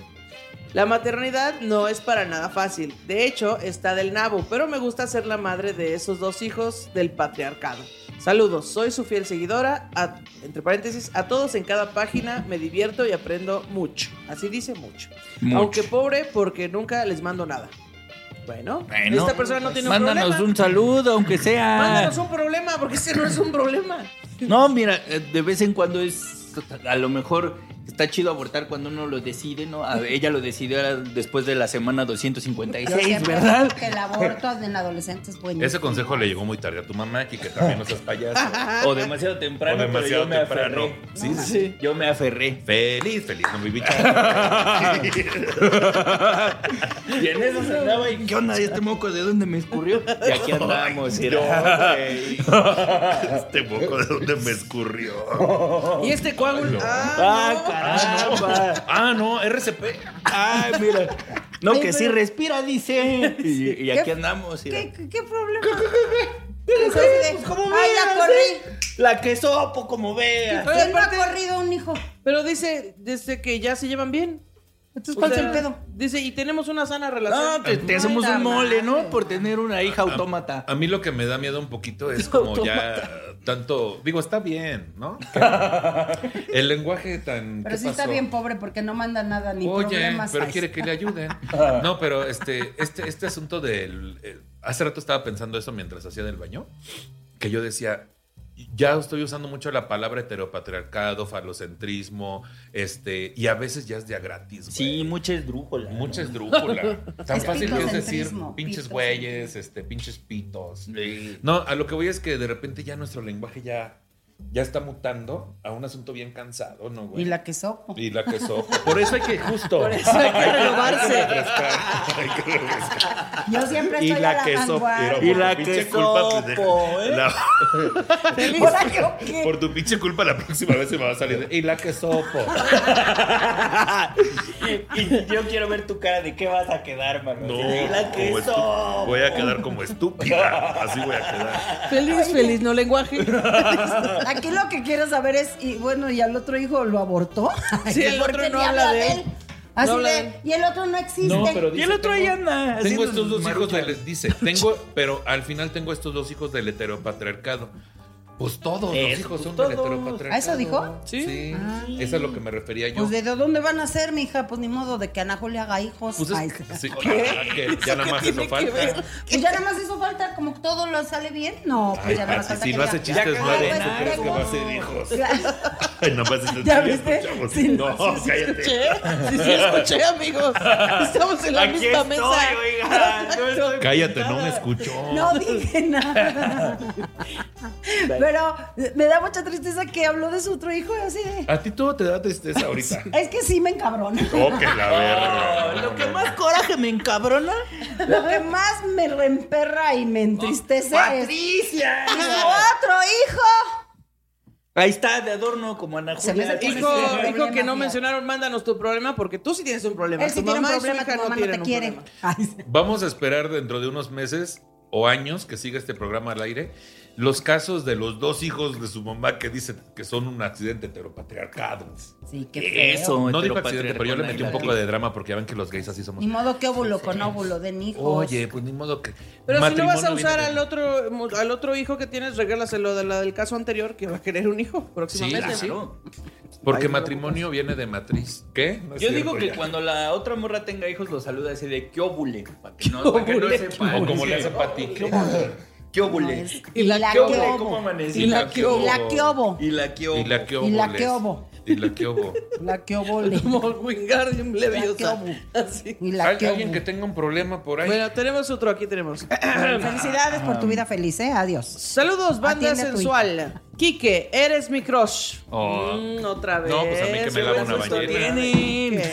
Speaker 1: La maternidad no es para nada fácil. De hecho, está del nabo, pero me gusta ser la madre de esos dos hijos del patriarcado. Saludos, soy su fiel seguidora. a- entre paréntesis, a todos en cada página me divierto y aprendo mucho. Así dice mucho.
Speaker 2: Mucho.
Speaker 1: Aunque pobre, porque nunca les mando nada. Bueno,
Speaker 2: Bueno,
Speaker 1: esta persona no tiene un
Speaker 2: Mándanos
Speaker 1: problema.
Speaker 2: un saludo, aunque sea.
Speaker 4: Ah.
Speaker 1: Mándanos un problema, porque ese no es un problema.
Speaker 2: No, mira, eh, de vez en cuando es. A lo mejor está chido abortar cuando uno lo decide, ¿no? A- ella lo decidió era después de la semana 256,
Speaker 4: Siempre
Speaker 2: ¿verdad?
Speaker 4: digo Que el aborto en adolescentes es bueno.
Speaker 3: Ese consejo le llegó muy tarde a tu mamá, que, que también no seas payaso.
Speaker 1: Ah.
Speaker 2: O demasiado
Speaker 3: O
Speaker 2: temprano. pero
Speaker 3: demasiado
Speaker 2: yo me
Speaker 3: temprano.
Speaker 2: aferré.
Speaker 3: Sí, sí.
Speaker 1: Sí.
Speaker 2: Yo me aferré.
Speaker 3: Feliz, feliz, no mi bicha.
Speaker 2: Y en eso se andaba y ¿qué onda? ¿Y este moco de dónde me escurrió? Y aquí andamos.
Speaker 3: Ay,
Speaker 2: era.
Speaker 3: Este moco de dónde me escurrió.
Speaker 1: Y este coágulo. Ah,
Speaker 2: ¡Ah,
Speaker 1: no.
Speaker 2: caramba!
Speaker 3: Ah, no, RCP.
Speaker 2: ¡Ah, mira! No,
Speaker 4: Oye,
Speaker 2: que sí
Speaker 4: pero-
Speaker 2: respira, dice. Y, y aquí
Speaker 4: ¿Qué-
Speaker 2: andamos. era.
Speaker 4: ¿Qué, qué, qué problema?
Speaker 3: Pues,
Speaker 4: Es así de,
Speaker 2: ¿Cómo
Speaker 4: Ay,
Speaker 2: veas,
Speaker 4: la
Speaker 2: eh?
Speaker 4: corrí.
Speaker 2: La que sopo, como vea.
Speaker 1: Pero
Speaker 4: ¿Quién no ha
Speaker 1: aparte-
Speaker 4: corrido un hijo?
Speaker 1: Pero dice, desde que ya se llevan bien. Entonces,
Speaker 4: O sea,
Speaker 1: Dice, y tenemos una sana relación.
Speaker 2: No, te, te
Speaker 4: Ay,
Speaker 2: hacemos
Speaker 4: la
Speaker 2: un mole, ¿no?
Speaker 4: madre.
Speaker 2: Por tener una hija autómata.
Speaker 3: A mí lo que me da miedo un poquito es como ya tanto, digo, está bien, ¿no? El lenguaje tan...
Speaker 4: Pero
Speaker 3: ¿qué
Speaker 4: sí está
Speaker 3: pasó?
Speaker 4: bien pobre porque no manda nada ni
Speaker 3: Oye,
Speaker 4: problemas. este,
Speaker 3: pero
Speaker 4: Ay,
Speaker 3: quiere que le ayuden. No, pero este, este, este asunto del... eh, hace rato estaba pensando eso mientras hacía del baño, que yo decía, ya estoy usando mucho la palabra heteropatriarcado, falocentrismo, este, y a veces ya es ya gratis. güey.
Speaker 2: Sí, mucha esdrújula. ¿no?
Speaker 3: Mucha esdrújula. Tan
Speaker 4: Es
Speaker 3: fácil que es decir
Speaker 4: pitocentrismo,
Speaker 3: pinches
Speaker 4: pitocentrismo.
Speaker 3: güeyes, este, pinches pitos.
Speaker 2: Sí.
Speaker 3: No, a lo que voy es que de repente ya nuestro lenguaje ya, ya está mutando a un asunto bien cansado, ¿no, güey?
Speaker 4: Y la que sopo.
Speaker 3: Y la que sopo. Por eso hay que justo.
Speaker 1: Por eso hay que
Speaker 3: Hay
Speaker 1: renovarse.
Speaker 3: hay que refrescar, hay que refrescar.
Speaker 4: Yo siempre estoy
Speaker 3: Y
Speaker 4: a
Speaker 3: la
Speaker 4: la
Speaker 3: que sopo.
Speaker 4: vanguardia.
Speaker 2: Y la
Speaker 3: Por
Speaker 2: que
Speaker 3: tu pinche culpa, pues,
Speaker 2: sopo, ¿eh?
Speaker 3: la-
Speaker 4: ¿Ahora yo qué?
Speaker 3: Por tu pinche culpa la próxima vez se me va a salir. Y la que sopo.
Speaker 2: Y yo quiero ver tu cara de qué vas a quedar, mano.
Speaker 3: No,
Speaker 2: Sí, la que
Speaker 3: como estu-
Speaker 2: sopo.
Speaker 3: voy a quedar como estúpida. Así voy a quedar.
Speaker 1: Feliz, feliz, no lenguaje.
Speaker 4: Aquí lo que quiero saber es, y bueno, ¿y al otro hijo lo abortó?
Speaker 1: Sí, el
Speaker 4: ¿Por
Speaker 1: otro
Speaker 4: qué
Speaker 1: no
Speaker 4: ni
Speaker 1: habla de él.
Speaker 4: Así
Speaker 1: No habla
Speaker 4: de,
Speaker 1: de él.
Speaker 4: y el otro no existe.
Speaker 3: No, pero
Speaker 2: Y el otro ahí anda.
Speaker 3: Tengo
Speaker 2: haciendo
Speaker 3: estos dos hijos
Speaker 2: maruchan.
Speaker 3: del dice, tengo, pero al final tengo estos dos hijos del heteropatriarcado. Pues todos los
Speaker 2: Eso,
Speaker 3: hijos
Speaker 2: pues
Speaker 3: son
Speaker 2: todos.
Speaker 3: del heteropatriarcado.
Speaker 4: ¿A eso dijo?
Speaker 3: Sí.
Speaker 1: Sí.
Speaker 3: Eso es lo que me refería yo.
Speaker 4: Pues de dónde van a ser, mija, pues ni modo de que Ana Julia haga hijos.
Speaker 3: Pues
Speaker 4: Ay,
Speaker 3: es- sí, ah, que ya nada más eso falta.
Speaker 4: pues ya nada más hizo falta, como que todo lo sale bien. No, pues
Speaker 3: Ay, ah,
Speaker 4: ya nada más
Speaker 3: parce, si
Speaker 4: falta que
Speaker 3: no hace
Speaker 4: diga,
Speaker 3: chistes
Speaker 4: "Ay,
Speaker 3: nuevos,
Speaker 4: pues,
Speaker 3: ¿tú crees que va a
Speaker 4: tengo".
Speaker 3: hacer hijos?
Speaker 4: Claro.
Speaker 3: Ay, nada más eso
Speaker 4: ¿Ya
Speaker 3: sí,
Speaker 4: viste?
Speaker 3: chavos.
Speaker 4: Sí,
Speaker 3: no,
Speaker 4: sí, sí,
Speaker 3: cállate.
Speaker 1: Escuché, sí, sí, escuché, amigos. Estamos en la
Speaker 2: Aquí
Speaker 1: misma
Speaker 2: estoy,
Speaker 1: mesa.
Speaker 2: oiga. no estoy
Speaker 3: Cállate, no me
Speaker 2: pintada.
Speaker 3: escuchó.
Speaker 4: No dije nada. Pero me da mucha tristeza que habló de su otro hijo y así de.
Speaker 3: A ti todo te da tristeza ahorita.
Speaker 4: Es que sí me encabrona.
Speaker 3: Oh, que la
Speaker 2: Oh,
Speaker 3: verga.
Speaker 2: lo que más coraje me encabrona.
Speaker 4: Lo que más me reemperra y me entristece es.
Speaker 2: ¡Patricia!
Speaker 4: ¡Su otro hijo!
Speaker 2: Ahí está, de adorno, como Ana
Speaker 4: Se me
Speaker 2: Julia.
Speaker 4: hace que
Speaker 1: Dijo,
Speaker 4: Sí, sí, sí.
Speaker 1: dijo que no
Speaker 4: Problemas,
Speaker 1: mencionaron, mándanos tu problema, porque tú sí tienes un problema.
Speaker 4: Él sí
Speaker 1: Tu
Speaker 4: tiene un
Speaker 1: mamá y su
Speaker 4: problema,
Speaker 1: hija
Speaker 4: tu mamá no
Speaker 1: tienen
Speaker 4: te
Speaker 1: un
Speaker 4: quiere.
Speaker 1: problema.
Speaker 4: Ay, sí.
Speaker 3: Vamos a esperar dentro de unos meses o años que siga este programa al aire los casos de los dos hijos de su mamá que dicen que son un accidente heteropatriarcado.
Speaker 4: Sí, qué feo.
Speaker 2: Eso,
Speaker 3: No digo accidente, pero yo le metí un poco
Speaker 2: de
Speaker 3: de drama porque ya ven que los gays así somos.
Speaker 4: Ni modo que óvulo con óvulo de hijos.
Speaker 3: Oye, pues ni modo que.
Speaker 1: Pero
Speaker 3: matrimonio
Speaker 1: si no vas a
Speaker 3: viene
Speaker 1: usar
Speaker 3: de-
Speaker 1: al otro, al otro hijo que tienes, regálaselo de la del caso anterior, que va a querer un hijo próximamente.
Speaker 3: Sí,
Speaker 2: Claro.
Speaker 3: Porque matrimonio viene de matriz. ¿Qué? No es
Speaker 2: Yo
Speaker 3: cierto
Speaker 2: digo que
Speaker 3: ya.
Speaker 2: cuando la otra morra tenga hijos, lo saluda así de ¿qué óvule? Para que no, para que no
Speaker 1: óvule?
Speaker 2: sepa.
Speaker 3: O como le hace Pati.
Speaker 2: ¿Qué óvule? ¿Qué óvule?
Speaker 4: Y la
Speaker 2: ¿Qué
Speaker 4: que
Speaker 2: óvule?
Speaker 4: obo.
Speaker 2: ¿Cómo amanecí?
Speaker 4: Y la que obo.
Speaker 3: Y la que obo.
Speaker 2: Y la que
Speaker 3: Y la
Speaker 2: óvule.
Speaker 3: que
Speaker 4: Y la
Speaker 3: óvules.
Speaker 4: que obo.
Speaker 3: Y la que obo.
Speaker 4: La que obo le-
Speaker 1: Como Wingardium Leviosa.
Speaker 4: obo.
Speaker 1: Así.
Speaker 4: Y la
Speaker 3: Al-
Speaker 4: que
Speaker 3: Alguien
Speaker 4: obo.
Speaker 3: que tenga un problema por ahí.
Speaker 1: Bueno, tenemos otro, aquí tenemos.
Speaker 4: Felicidades por tu vida feliz, ¿eh? Adiós.
Speaker 1: Saludos, banda
Speaker 4: Atiende a tu
Speaker 1: sensual. Quique, eres mi crush.
Speaker 3: Oh.
Speaker 1: Mm, otra vez.
Speaker 3: No, pues a mí que me
Speaker 1: Qué
Speaker 3: lava
Speaker 1: buen
Speaker 3: una
Speaker 1: gusto
Speaker 3: bañera.
Speaker 1: tienen.
Speaker 2: Tienen.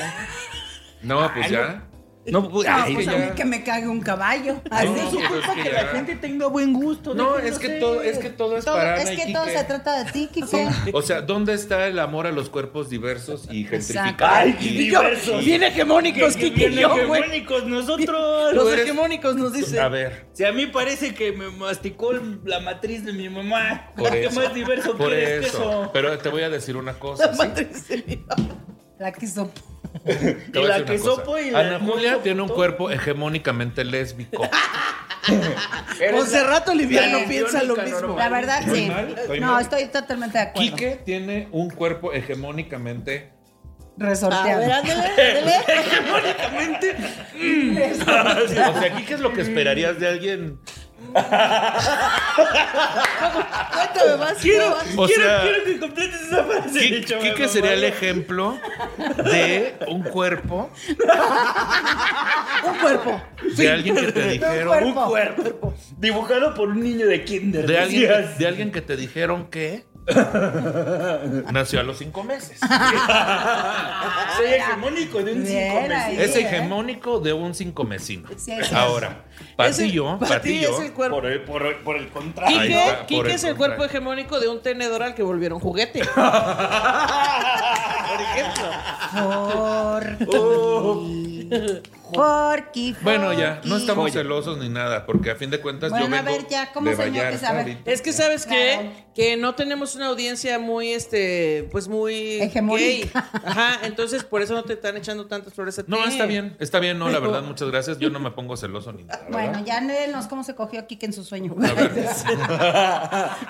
Speaker 3: No, pues
Speaker 2: Ay,
Speaker 3: ya.
Speaker 2: No, pues,
Speaker 4: No,
Speaker 2: ay,
Speaker 4: pues
Speaker 3: ya.
Speaker 4: a mí que me cague un caballo. Ay,
Speaker 2: no, Ah, es
Speaker 4: sí.
Speaker 2: su
Speaker 3: pues,
Speaker 2: culpa
Speaker 3: es que
Speaker 2: que,
Speaker 3: ya.
Speaker 2: la gente tenga buen gusto.
Speaker 3: No,
Speaker 2: déjenlo
Speaker 3: es que
Speaker 2: ser.
Speaker 3: todo, es que todo es
Speaker 4: Todo-
Speaker 3: para
Speaker 4: es
Speaker 3: Ana y
Speaker 4: que todo
Speaker 3: Quique.
Speaker 4: se trata de ti, Kike.
Speaker 3: O sea, ¿dónde está el amor a los cuerpos diversos y gentrificados?
Speaker 2: Ay,
Speaker 3: Y-
Speaker 2: y diversos.
Speaker 1: Bien hegemónicos,
Speaker 2: Que
Speaker 1: Quique y
Speaker 2: bien
Speaker 1: yo, güey.
Speaker 2: hegemónicos nosotros.
Speaker 1: Los
Speaker 3: eres-
Speaker 1: hegemónicos nos dicen.
Speaker 3: A ver.
Speaker 2: Si a mí parece que me masticó el- la matriz de mi mamá.
Speaker 3: Por
Speaker 2: ¿Qué
Speaker 3: eso,
Speaker 2: más diverso
Speaker 3: por
Speaker 2: quieres que
Speaker 3: eso.
Speaker 2: eso?
Speaker 3: Pero te voy a decir una cosa. ¿sí?
Speaker 4: La que sopo.
Speaker 3: Te
Speaker 2: Y
Speaker 3: voy a
Speaker 2: la
Speaker 3: decir
Speaker 2: que
Speaker 3: una cosa.
Speaker 2: sopo y la
Speaker 3: Ana
Speaker 2: no
Speaker 3: Julia
Speaker 2: sopo,
Speaker 3: tiene un
Speaker 2: todo.
Speaker 3: cuerpo hegemónicamente lésbico.
Speaker 1: Monserrato Liviano
Speaker 4: Sí.
Speaker 1: piensa lo
Speaker 2: Biónica
Speaker 1: mismo.
Speaker 2: normal.
Speaker 4: La verdad,
Speaker 3: ¿Estoy
Speaker 4: sí.
Speaker 3: mal? ¿Estoy
Speaker 4: No,
Speaker 3: mal?
Speaker 4: estoy totalmente de acuerdo.
Speaker 3: Quique tiene un cuerpo hegemónicamente.
Speaker 1: A ver,
Speaker 4: Resorteado.
Speaker 1: ándale, ándale.
Speaker 3: O sea, Quique es lo que esperarías de alguien.
Speaker 1: Cuéntame más.
Speaker 2: Quiero,
Speaker 1: ¿no?
Speaker 3: O
Speaker 2: quiero,
Speaker 3: sea,
Speaker 2: quiero que completes esa frase.
Speaker 3: Qui-
Speaker 2: Chava,
Speaker 3: Quique
Speaker 2: mamá.
Speaker 3: sería el ejemplo de un cuerpo
Speaker 1: Un cuerpo.
Speaker 3: de alguien que te dijeron.
Speaker 2: Un cuerpo. Dibujado por un niño de kinder.
Speaker 3: De alguien,
Speaker 2: decías.
Speaker 3: de alguien que te dijeron que nació a los cinco meses.
Speaker 2: Soy hegemónico de un
Speaker 4: Bien,
Speaker 2: cinco meses.
Speaker 4: ahí.
Speaker 3: Es
Speaker 4: Sí, ¿eh?
Speaker 3: hegemónico de un cinco mesino.
Speaker 4: Sí, sí.
Speaker 3: Ahora, patillo,
Speaker 1: Ese- Pati
Speaker 3: patillo.
Speaker 1: es el cuerpo.
Speaker 2: Por el, por el- por el contrario.
Speaker 3: Ahí
Speaker 1: Quique,
Speaker 3: está, por
Speaker 1: Quique
Speaker 3: el
Speaker 1: es el
Speaker 3: contrario.
Speaker 1: cuerpo hegemónico de un tenedor al que volvieron juguete.
Speaker 4: Por
Speaker 2: Oh,
Speaker 4: ti. Porky,
Speaker 3: Bueno, ya, no
Speaker 4: Porky.
Speaker 3: estamos celosos ni nada, porque a fin de cuentas yo
Speaker 4: Bueno, a
Speaker 3: vengo
Speaker 4: ver, ya, ¿cómo
Speaker 3: de
Speaker 4: se llama que
Speaker 3: Vallarta
Speaker 4: sabe?
Speaker 3: ahorita.
Speaker 1: Es que sabes
Speaker 4: Claro.
Speaker 1: qué? que no tenemos una audiencia muy, este, pues muy
Speaker 4: Hegemónica.
Speaker 1: gay. Ajá, entonces por eso no te están echando tantas flores a ti.
Speaker 3: No, está bien, está bien, no, la verdad, muchas gracias. Yo no me pongo celoso ni nada.
Speaker 4: Bueno,
Speaker 3: ¿verdad?
Speaker 4: ya léenos cómo se cogió Kike en su sueño.
Speaker 3: A ver.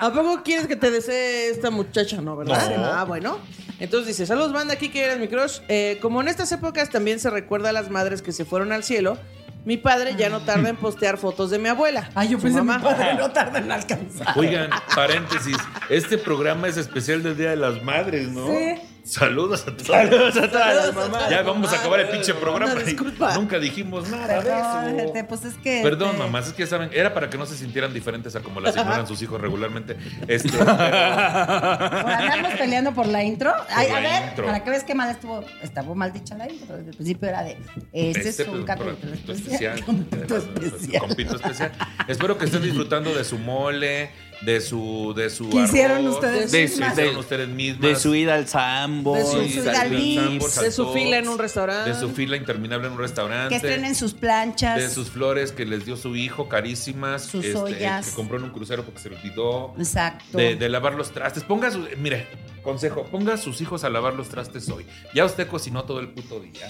Speaker 1: ¿A poco quieres que te desee esta muchacha, no, verdad?
Speaker 3: No.
Speaker 1: Ah, bueno. Entonces dice, saludos banda, aquí que eres mi crush. Eh, como en estas épocas también se recuerda a las madres que se fueron al cielo, mi padre ya no tarda en postear fotos de mi abuela.
Speaker 4: Ay, yo
Speaker 1: su
Speaker 4: pensé que mi
Speaker 1: mamá.
Speaker 4: padre no tarda en alcanzar.
Speaker 3: Oigan, paréntesis, este programa es especial del Día de las Madres, ¿no?
Speaker 4: Sí.
Speaker 3: Saludos a todos.
Speaker 1: Saludos a todas
Speaker 3: Ya
Speaker 1: las
Speaker 3: vamos a
Speaker 1: mamás.
Speaker 3: acabar el pinche programa.
Speaker 1: Una
Speaker 3: y
Speaker 1: disculpa.
Speaker 3: Nunca dijimos nada. de
Speaker 4: Perdón,
Speaker 3: eso.
Speaker 4: gente, pues es que.
Speaker 3: Perdón,
Speaker 4: este,
Speaker 3: mamás, es que saben, era para que no se sintieran diferentes a como las ignoran sus hijos regularmente. Este, pero-
Speaker 4: Por andarnos peleando por la intro. Ay,
Speaker 3: la
Speaker 4: a ver,
Speaker 3: intro.
Speaker 4: para que veas qué mal estuvo. Estaba mal dicha la intro. Desde el principio era de. Este,
Speaker 3: Este
Speaker 4: es un capítulo
Speaker 3: compito especial.
Speaker 4: Compito
Speaker 3: Compito
Speaker 4: especial.
Speaker 3: Compito especial. Espero que estén disfrutando de su mole, de su. De su
Speaker 4: ¿Qué hicieron
Speaker 3: arroz,
Speaker 4: ustedes
Speaker 3: de,
Speaker 4: mismas?
Speaker 3: de- hicieron ustedes mismas.
Speaker 2: De su ida al Sambo.
Speaker 1: De su-
Speaker 4: Sí,
Speaker 1: su-
Speaker 4: de al
Speaker 3: saltó,
Speaker 4: Vips,
Speaker 1: de su fila en un restaurante.
Speaker 3: De su fila interminable en un restaurante.
Speaker 4: Que estrenen sus planchas.
Speaker 3: de sus flores que les dio su hijo, carísimas.
Speaker 4: Sus
Speaker 3: este,
Speaker 4: ollas.
Speaker 3: Que compró en un crucero porque se lo olvidó.
Speaker 4: Exacto.
Speaker 3: De, de lavar los trastes. Ponga sus. Mire, consejo: ponga a sus hijos a lavar los trastes hoy. Ya usted cocinó todo el puto día.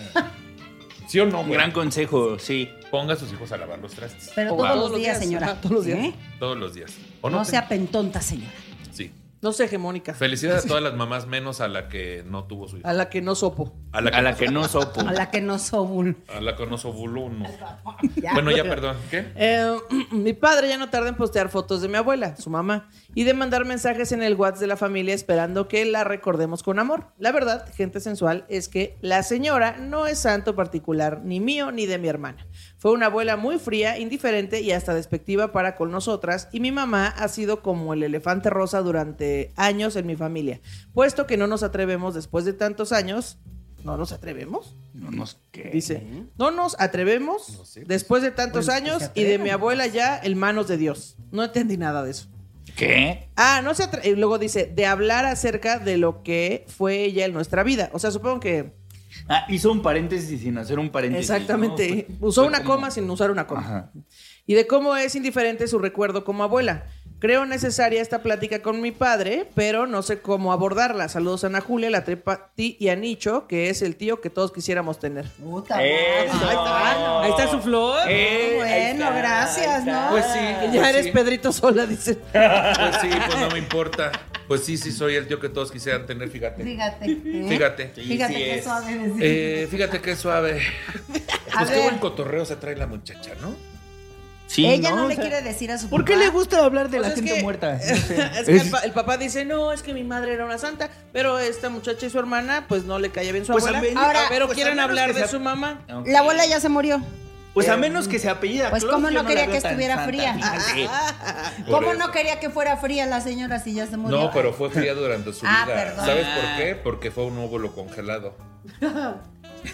Speaker 3: ¿Sí o no,
Speaker 2: Un
Speaker 3: güey?
Speaker 2: gran consejo, sí.
Speaker 3: Ponga a sus hijos a lavar los trastes.
Speaker 4: Pero
Speaker 3: Oh, Wow.
Speaker 4: todos los días, señora.
Speaker 1: ajá, todos los días.
Speaker 4: ¿Eh?
Speaker 3: Todos los días. ¿O
Speaker 4: No,
Speaker 3: no?
Speaker 4: sea pentonta, señora.
Speaker 3: Sí.
Speaker 1: No sé, hegemónica.
Speaker 3: Felicidades a todas las mamás, menos a la que no tuvo su hijo.
Speaker 1: A la que no sopo.
Speaker 3: A la que,
Speaker 2: A la que no
Speaker 3: Oh.
Speaker 2: sopo.
Speaker 4: A la que no sobul.
Speaker 3: a la que no sobuló uno. Bueno, ya, perdón. ¿Qué?
Speaker 1: Eh, mi padre ya no tarda en postear fotos de mi abuela, su mamá, y de mandar mensajes en el WhatsApp de la familia esperando que la recordemos con amor. La verdad, gente sensual, es que la señora no es santo particular, ni mío ni de mi hermana. Fue una abuela muy fría, indiferente y hasta despectiva para con nosotras, y mi mamá ha sido como el elefante rosa durante años en mi familia, puesto que no nos atrevemos después de tantos años. ¿No nos atrevemos?
Speaker 2: No nos ¿qué?
Speaker 1: Dice, no nos atrevemos después de tantos
Speaker 4: Pues, que se
Speaker 1: años y de
Speaker 4: atrevan.
Speaker 1: mi abuela ya el manos de Dios. No entendí nada de eso.
Speaker 2: ¿Qué?
Speaker 1: Ah, no se atre- y luego dice, de hablar acerca de lo que fue ella en nuestra vida. O sea, supongo que
Speaker 2: Ah, hizo un paréntesis sin hacer un paréntesis.
Speaker 1: exactamente.
Speaker 2: ¿no? Fue-
Speaker 1: Usó
Speaker 2: fue
Speaker 1: una
Speaker 2: como-
Speaker 1: coma sin usar una coma.
Speaker 2: Ajá.
Speaker 1: Y de cómo es indiferente su recuerdo como abuela. Creo necesaria esta plática con mi padre, pero no sé cómo abordarla. Saludos a Ana Julia, la trepa ti y a Nicho, que es el tío que todos quisiéramos tener.
Speaker 4: Puta madre.
Speaker 2: Eso.
Speaker 4: Ay, bueno.
Speaker 1: Ahí está su flor.
Speaker 2: Eh, ahí
Speaker 4: Bueno,
Speaker 2: está,
Speaker 4: gracias,
Speaker 2: ahí está.
Speaker 4: ¿no?
Speaker 3: Pues sí.
Speaker 1: Ya
Speaker 3: pues
Speaker 1: eres
Speaker 3: sí.
Speaker 1: Pedrito Sola, dice.
Speaker 3: Pues sí, pues no me importa. Pues sí, sí, soy el tío que todos quisieran tener, fíjate.
Speaker 4: Fíjate. ¿eh?
Speaker 3: Fíjate.
Speaker 2: Sí,
Speaker 4: Fíjate
Speaker 2: sí
Speaker 4: qué
Speaker 2: es.
Speaker 4: suave decir.
Speaker 3: Eh, fíjate qué suave.
Speaker 4: A
Speaker 3: Pues qué
Speaker 4: ver.
Speaker 3: buen cotorreo se trae la muchacha, ¿no?
Speaker 2: Sí,
Speaker 4: Ella no,
Speaker 2: O
Speaker 4: le
Speaker 2: sea,
Speaker 4: quiere decir a su
Speaker 2: ¿Por qué
Speaker 4: papá.
Speaker 2: le gusta hablar de
Speaker 1: O
Speaker 2: la
Speaker 1: sea, Pues es
Speaker 2: gente
Speaker 1: que-
Speaker 2: muerta? No sé.
Speaker 1: Es que el, pa- el papá dice, no, es que mi madre era una santa, pero esta muchacha y su hermana, pues no le caía bien su
Speaker 2: Pues,
Speaker 1: abuela.
Speaker 2: a ver,
Speaker 1: Ahora,
Speaker 4: Ahora-
Speaker 1: pero
Speaker 2: pues,
Speaker 1: quieren
Speaker 2: a menos
Speaker 1: hablar
Speaker 2: que
Speaker 1: de
Speaker 2: sea-
Speaker 1: su mamá.
Speaker 2: Ok.
Speaker 4: La abuela ya se murió.
Speaker 2: Pues a menos que se apellida.
Speaker 4: Pues,
Speaker 2: Claus,
Speaker 4: ¿cómo
Speaker 2: yo
Speaker 4: no quería
Speaker 2: la veo
Speaker 4: que
Speaker 2: tan
Speaker 4: estuviera
Speaker 2: santa,
Speaker 4: fría? Ah,
Speaker 2: fíjate.
Speaker 3: Por
Speaker 4: ¿Cómo
Speaker 3: eso.
Speaker 4: no quería que fuera fría la señora si ya se murió?
Speaker 3: No, pero fue fría durante su
Speaker 4: Ah,
Speaker 3: vida.
Speaker 4: perdón.
Speaker 3: ¿Sabes por qué? Porque fue un óvulo congelado.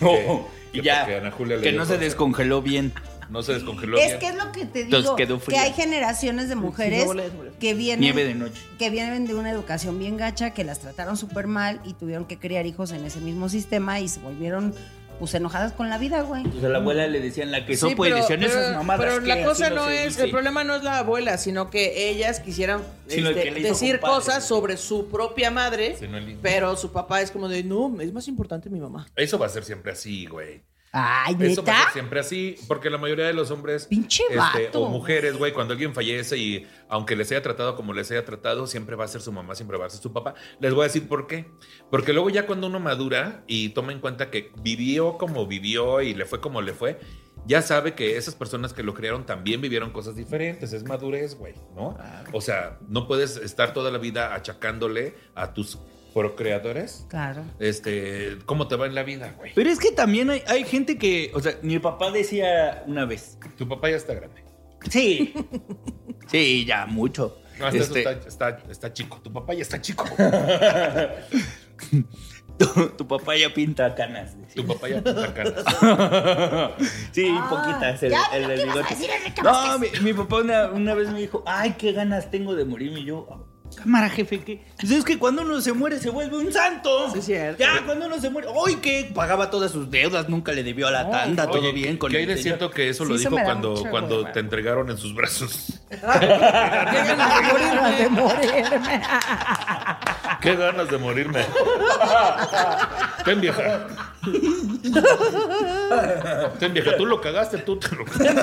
Speaker 2: No,
Speaker 3: Que-
Speaker 2: Oh, y
Speaker 3: que porque
Speaker 2: ya.
Speaker 3: Ana Julia le
Speaker 2: Que
Speaker 3: dio
Speaker 2: no se
Speaker 3: cosas.
Speaker 2: descongeló bien.
Speaker 3: No se descongeló.
Speaker 4: Es
Speaker 3: bien.
Speaker 4: que es lo que te
Speaker 2: Entonces
Speaker 4: digo,
Speaker 2: quedó
Speaker 4: que
Speaker 2: fría.
Speaker 4: hay generaciones de mujeres
Speaker 1: no, les murió.
Speaker 4: que vienen
Speaker 2: Nieve de noche.
Speaker 4: que vienen de una educación bien gacha, que las trataron súper mal y tuvieron que criar hijos en ese mismo sistema y se volvieron pues enojadas con la vida, güey.
Speaker 2: Pues a la abuela le decían la que
Speaker 1: Sí,
Speaker 2: sopa y
Speaker 1: pero-
Speaker 2: decían esas
Speaker 1: pero-
Speaker 2: mamadas.
Speaker 1: pero
Speaker 2: que
Speaker 1: la
Speaker 2: así
Speaker 1: cosa no
Speaker 2: se
Speaker 1: es,
Speaker 2: dice.
Speaker 1: el problema no es la abuela, sino que ellas quisieran
Speaker 2: Sino el
Speaker 1: este,
Speaker 2: que le hizo
Speaker 1: decir
Speaker 2: compadre.
Speaker 1: cosas sobre su propia madre,
Speaker 3: Sí, no el hijo.
Speaker 1: pero su papá es como de, no, es más importante mi mamá.
Speaker 3: Eso va a ser siempre así, güey.
Speaker 4: Ay,
Speaker 3: Eso va a
Speaker 4: neta.
Speaker 3: ser siempre así, porque la mayoría de los hombres este,
Speaker 4: Pinche vato.
Speaker 3: o mujeres, güey, cuando alguien fallece y aunque les haya tratado como les haya tratado, siempre va a ser su mamá, siempre va a ser su papá. Les voy a decir por qué. Porque luego ya cuando uno madura y toma en cuenta que vivió como vivió y le fue como le fue, ya sabe que esas personas que lo crearon también vivieron cosas diferentes. Es madurez, güey, ¿no? O sea, no puedes estar toda la vida achacándole a tus procreadores.
Speaker 4: Claro.
Speaker 3: Este, ¿cómo te va en la vida, güey?
Speaker 2: Pero es que también hay, hay gente que, o sea, mi papá decía una vez.
Speaker 3: Tu papá ya está grande.
Speaker 2: Sí. sí, ya mucho.
Speaker 3: No, hasta eso
Speaker 2: Este,
Speaker 3: está, está- está chico. Tu papá ya está chico.
Speaker 2: tu, tu papá ya pinta canas. decía.
Speaker 3: Tu papá ya pinta canas.
Speaker 2: Sí,
Speaker 4: Ah,
Speaker 2: poquitas. El,
Speaker 4: ya,
Speaker 2: el
Speaker 4: ¿qué
Speaker 2: del
Speaker 4: ibas a
Speaker 2: bigote.
Speaker 4: decir, Enrique
Speaker 2: No, mi, mi papá una, una vez me dijo, ay, qué ganas tengo de morirme. Y yo, Cámara, jefe, que. Pues es que cuando uno se muere se vuelve un santo.
Speaker 1: Sí, es cierto.
Speaker 2: Ya, cuando uno se muere. ¡Ay, que pagaba todas sus deudas! Nunca le debió a la tanda,
Speaker 3: Oye,
Speaker 2: todo bien con el
Speaker 3: que hay de
Speaker 2: señor.
Speaker 3: cierto que eso
Speaker 4: Sí,
Speaker 3: lo
Speaker 4: eso
Speaker 3: dijo
Speaker 4: me da
Speaker 3: cuando,
Speaker 4: mucho
Speaker 3: cuando
Speaker 4: hueva.
Speaker 3: te entregaron en sus brazos.
Speaker 1: Qué ganas de morirme.
Speaker 4: de morirme.
Speaker 3: Qué ganas de morirme. Ten vieja. Ten vieja, tú lo cagaste, tú te lo
Speaker 2: Tú lo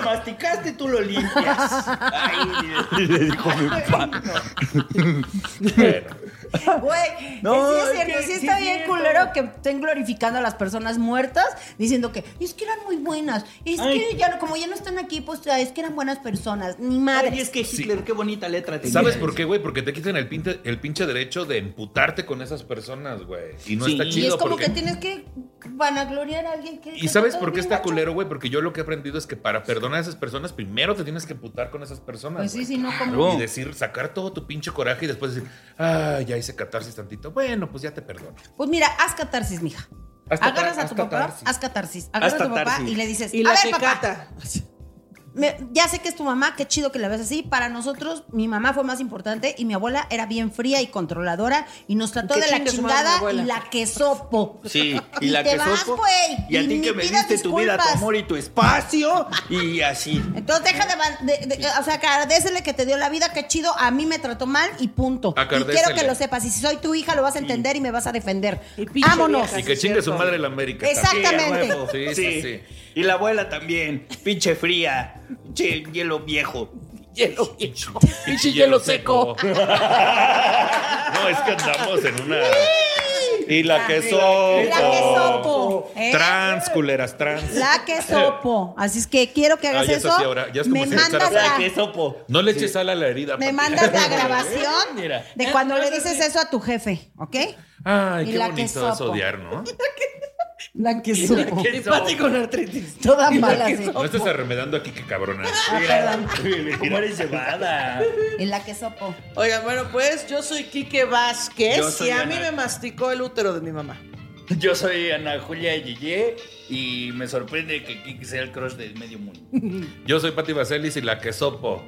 Speaker 2: masticaste, tú lo limpias. Ay,
Speaker 5: Le dijo mi papá.
Speaker 3: Bueno,
Speaker 4: Güey,
Speaker 2: No,
Speaker 4: que sí es
Speaker 2: es
Speaker 4: cierto,
Speaker 2: que
Speaker 4: sí
Speaker 2: sí
Speaker 4: está
Speaker 2: es
Speaker 4: bien
Speaker 2: cierto.
Speaker 4: culero que estén glorificando a las personas muertas, diciendo que es que eran muy buenas, es
Speaker 2: Ay.
Speaker 4: que ya no- como ya no están aquí, pues es que eran buenas personas, ni madre.
Speaker 2: Ay, es que Hitler, qué bonita letra tenía.
Speaker 3: ¿sabes por qué, güey? Porque te quitan el pinche, el pinche derecho de emputarte con esas personas, güey. Y no
Speaker 2: Sí.
Speaker 3: está
Speaker 2: Y es
Speaker 4: y es
Speaker 3: chido
Speaker 4: como
Speaker 3: porque.
Speaker 4: que tienes que vanagloriar a alguien que.
Speaker 3: ¿Y
Speaker 4: que
Speaker 3: sabes
Speaker 4: todo
Speaker 3: por qué
Speaker 4: bien
Speaker 3: está
Speaker 4: gacho.
Speaker 3: culero, güey? Porque yo lo que he aprendido es que para perdonar a esas personas, primero te tienes que emputar con esas personas.
Speaker 4: Pues sí,
Speaker 3: güey.
Speaker 4: sí, no como.
Speaker 2: Claro.
Speaker 3: Y decir, sacar todo tu pinche coraje y después decir, ah, ya hice catarsis tantito. Bueno, pues ya te perdono.
Speaker 4: Pues mira, haz catarsis, mija.
Speaker 3: Hasta
Speaker 4: Agarras
Speaker 3: tar-
Speaker 4: a tu
Speaker 3: hasta
Speaker 4: papá,
Speaker 3: tarsis.
Speaker 4: haz catarsis. Agarras
Speaker 2: Haz
Speaker 4: a tu papá
Speaker 2: catarsis.
Speaker 4: y le dices,
Speaker 1: Y
Speaker 4: a
Speaker 1: la
Speaker 4: ver,
Speaker 1: que
Speaker 4: papá,
Speaker 1: cata.
Speaker 4: Me- ya sé que es tu mamá, qué chido que la ves así. Para nosotros, mi mamá fue más importante y mi abuela era bien fría y controladora y nos trató
Speaker 1: Que
Speaker 4: de la
Speaker 1: chingue su madre, mi
Speaker 4: chingada
Speaker 1: abuela.
Speaker 4: y la que sopo.
Speaker 2: Sí, y, la
Speaker 4: te
Speaker 2: que
Speaker 4: vas,
Speaker 2: sopo,
Speaker 4: güey,
Speaker 2: Y a ti
Speaker 4: ni
Speaker 2: que me
Speaker 4: pidas
Speaker 2: diste tu vida, tu
Speaker 4: disculpas.
Speaker 2: amor y tu espacio. Y así.
Speaker 4: Entonces deja de, van- de- de- o sea, agradecele que te dio la vida, qué chido, a mí me trató mal y punto. Y
Speaker 3: Agradécele.
Speaker 4: quiero que lo sepas, y si soy tu hija lo vas a entender y me vas a defender.
Speaker 1: Y pinche
Speaker 4: Vámonos.
Speaker 1: vieja.
Speaker 3: Y que
Speaker 1: Sí,
Speaker 3: chingue
Speaker 1: cierto.
Speaker 3: su madre la América.
Speaker 4: Exacto.
Speaker 3: también.
Speaker 2: Sí, a
Speaker 4: Exactamente.
Speaker 2: huevo.
Speaker 3: Sí, sí, sí.
Speaker 2: Y la abuela también. Pinche fría. Pinche hielo viejo.
Speaker 5: Hielo, hielo.
Speaker 3: Pinche
Speaker 5: hielo seco.
Speaker 3: no, es que andamos en una. Y la que
Speaker 4: Ah, La que
Speaker 3: sopo.
Speaker 4: sopo. ¿eh?
Speaker 3: Trans, culeras, trans.
Speaker 4: La que sopo. Así es que quiero que hagas
Speaker 3: Ah, ya es
Speaker 4: eso.
Speaker 3: así ahora, ya es como
Speaker 4: me
Speaker 3: si
Speaker 4: mandas
Speaker 3: echaras-
Speaker 4: la,
Speaker 2: La que sopo.
Speaker 3: No le eches sal a la herida.
Speaker 4: me
Speaker 3: papi.
Speaker 4: mandas la grabación
Speaker 2: Mira.
Speaker 4: de cuando le dices eso a tu jefe, ¿ok?
Speaker 3: Ay,
Speaker 4: Y
Speaker 3: qué
Speaker 4: la que
Speaker 3: bonito es
Speaker 4: sopo.
Speaker 3: odiar, ¿no?
Speaker 4: La que sopo.
Speaker 2: Pati con artritis.
Speaker 4: Toda mala así.
Speaker 3: No estés arremedando aquí, que cabrona.
Speaker 2: Mira, ¿Cómo eres llevada?
Speaker 4: En la que sopo.
Speaker 1: Oigan, bueno, pues yo soy Quique
Speaker 2: Yo
Speaker 1: Vázquez
Speaker 2: soy
Speaker 1: y a mí
Speaker 2: Ana.
Speaker 1: me masticó el útero de mi mamá.
Speaker 2: Yo soy Ana Julia Yeye y me sorprende que Kiki sea el crush del medio mundo.
Speaker 3: Yo soy Pati Vaselis y la que sopo.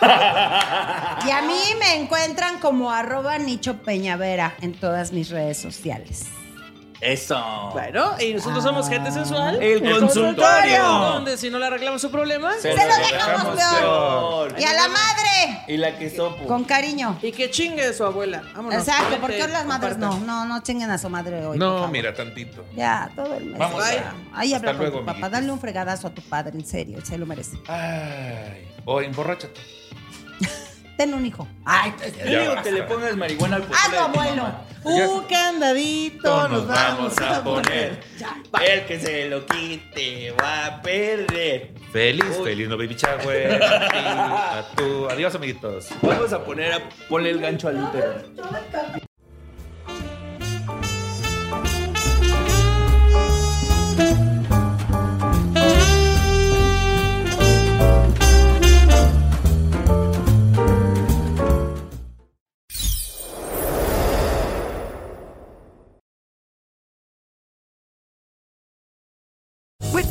Speaker 4: Y
Speaker 3: Ah.
Speaker 4: a mí me encuentran como arroba nicho peñavera en todas mis redes sociales.
Speaker 2: Eso.
Speaker 1: Bueno, y nosotros
Speaker 4: Ah.
Speaker 1: somos gente sensual.
Speaker 2: Oh. El consultorio.
Speaker 1: Donde si no le arreglamos su problema.
Speaker 2: Se
Speaker 4: lo
Speaker 2: lo
Speaker 4: dejamos
Speaker 2: dejamos
Speaker 4: peor.
Speaker 2: peor.
Speaker 4: Y a la madre.
Speaker 2: Y la que sopo.
Speaker 4: Con cariño.
Speaker 1: Y que chingue su abuela. Vámonos.
Speaker 4: Exacto,
Speaker 1: Vente,
Speaker 4: porque hoy las madres no.
Speaker 1: compartan.
Speaker 4: No, no chinguen a su madre hoy. por
Speaker 3: No,
Speaker 4: favor.
Speaker 3: mira, tantito.
Speaker 4: Ya, todo el mes.
Speaker 3: Vamos,
Speaker 4: Ay,
Speaker 3: ya.
Speaker 4: Ahí
Speaker 3: Hasta
Speaker 4: habla con
Speaker 3: luego,
Speaker 4: tu papá.
Speaker 3: amiguitos.
Speaker 4: Dale un fregadazo a tu padre, en serio. Se lo merece.
Speaker 3: Ay. O emborráchate.
Speaker 4: Ten un hijo. Ay, te-
Speaker 2: Yo digo que le pongas marihuana al pozole
Speaker 4: hazlo,
Speaker 2: de tu
Speaker 4: abuelo. Uh,
Speaker 2: mamá.
Speaker 1: Un candadito nos vamos a poner.
Speaker 2: El que se lo quite va a perder.
Speaker 3: Feliz,
Speaker 2: Uy.
Speaker 3: feliz no baby chagüe. A tú. Adiós, amiguitos.
Speaker 2: Vamos a poner a ponle el gancho al útero.
Speaker 6: With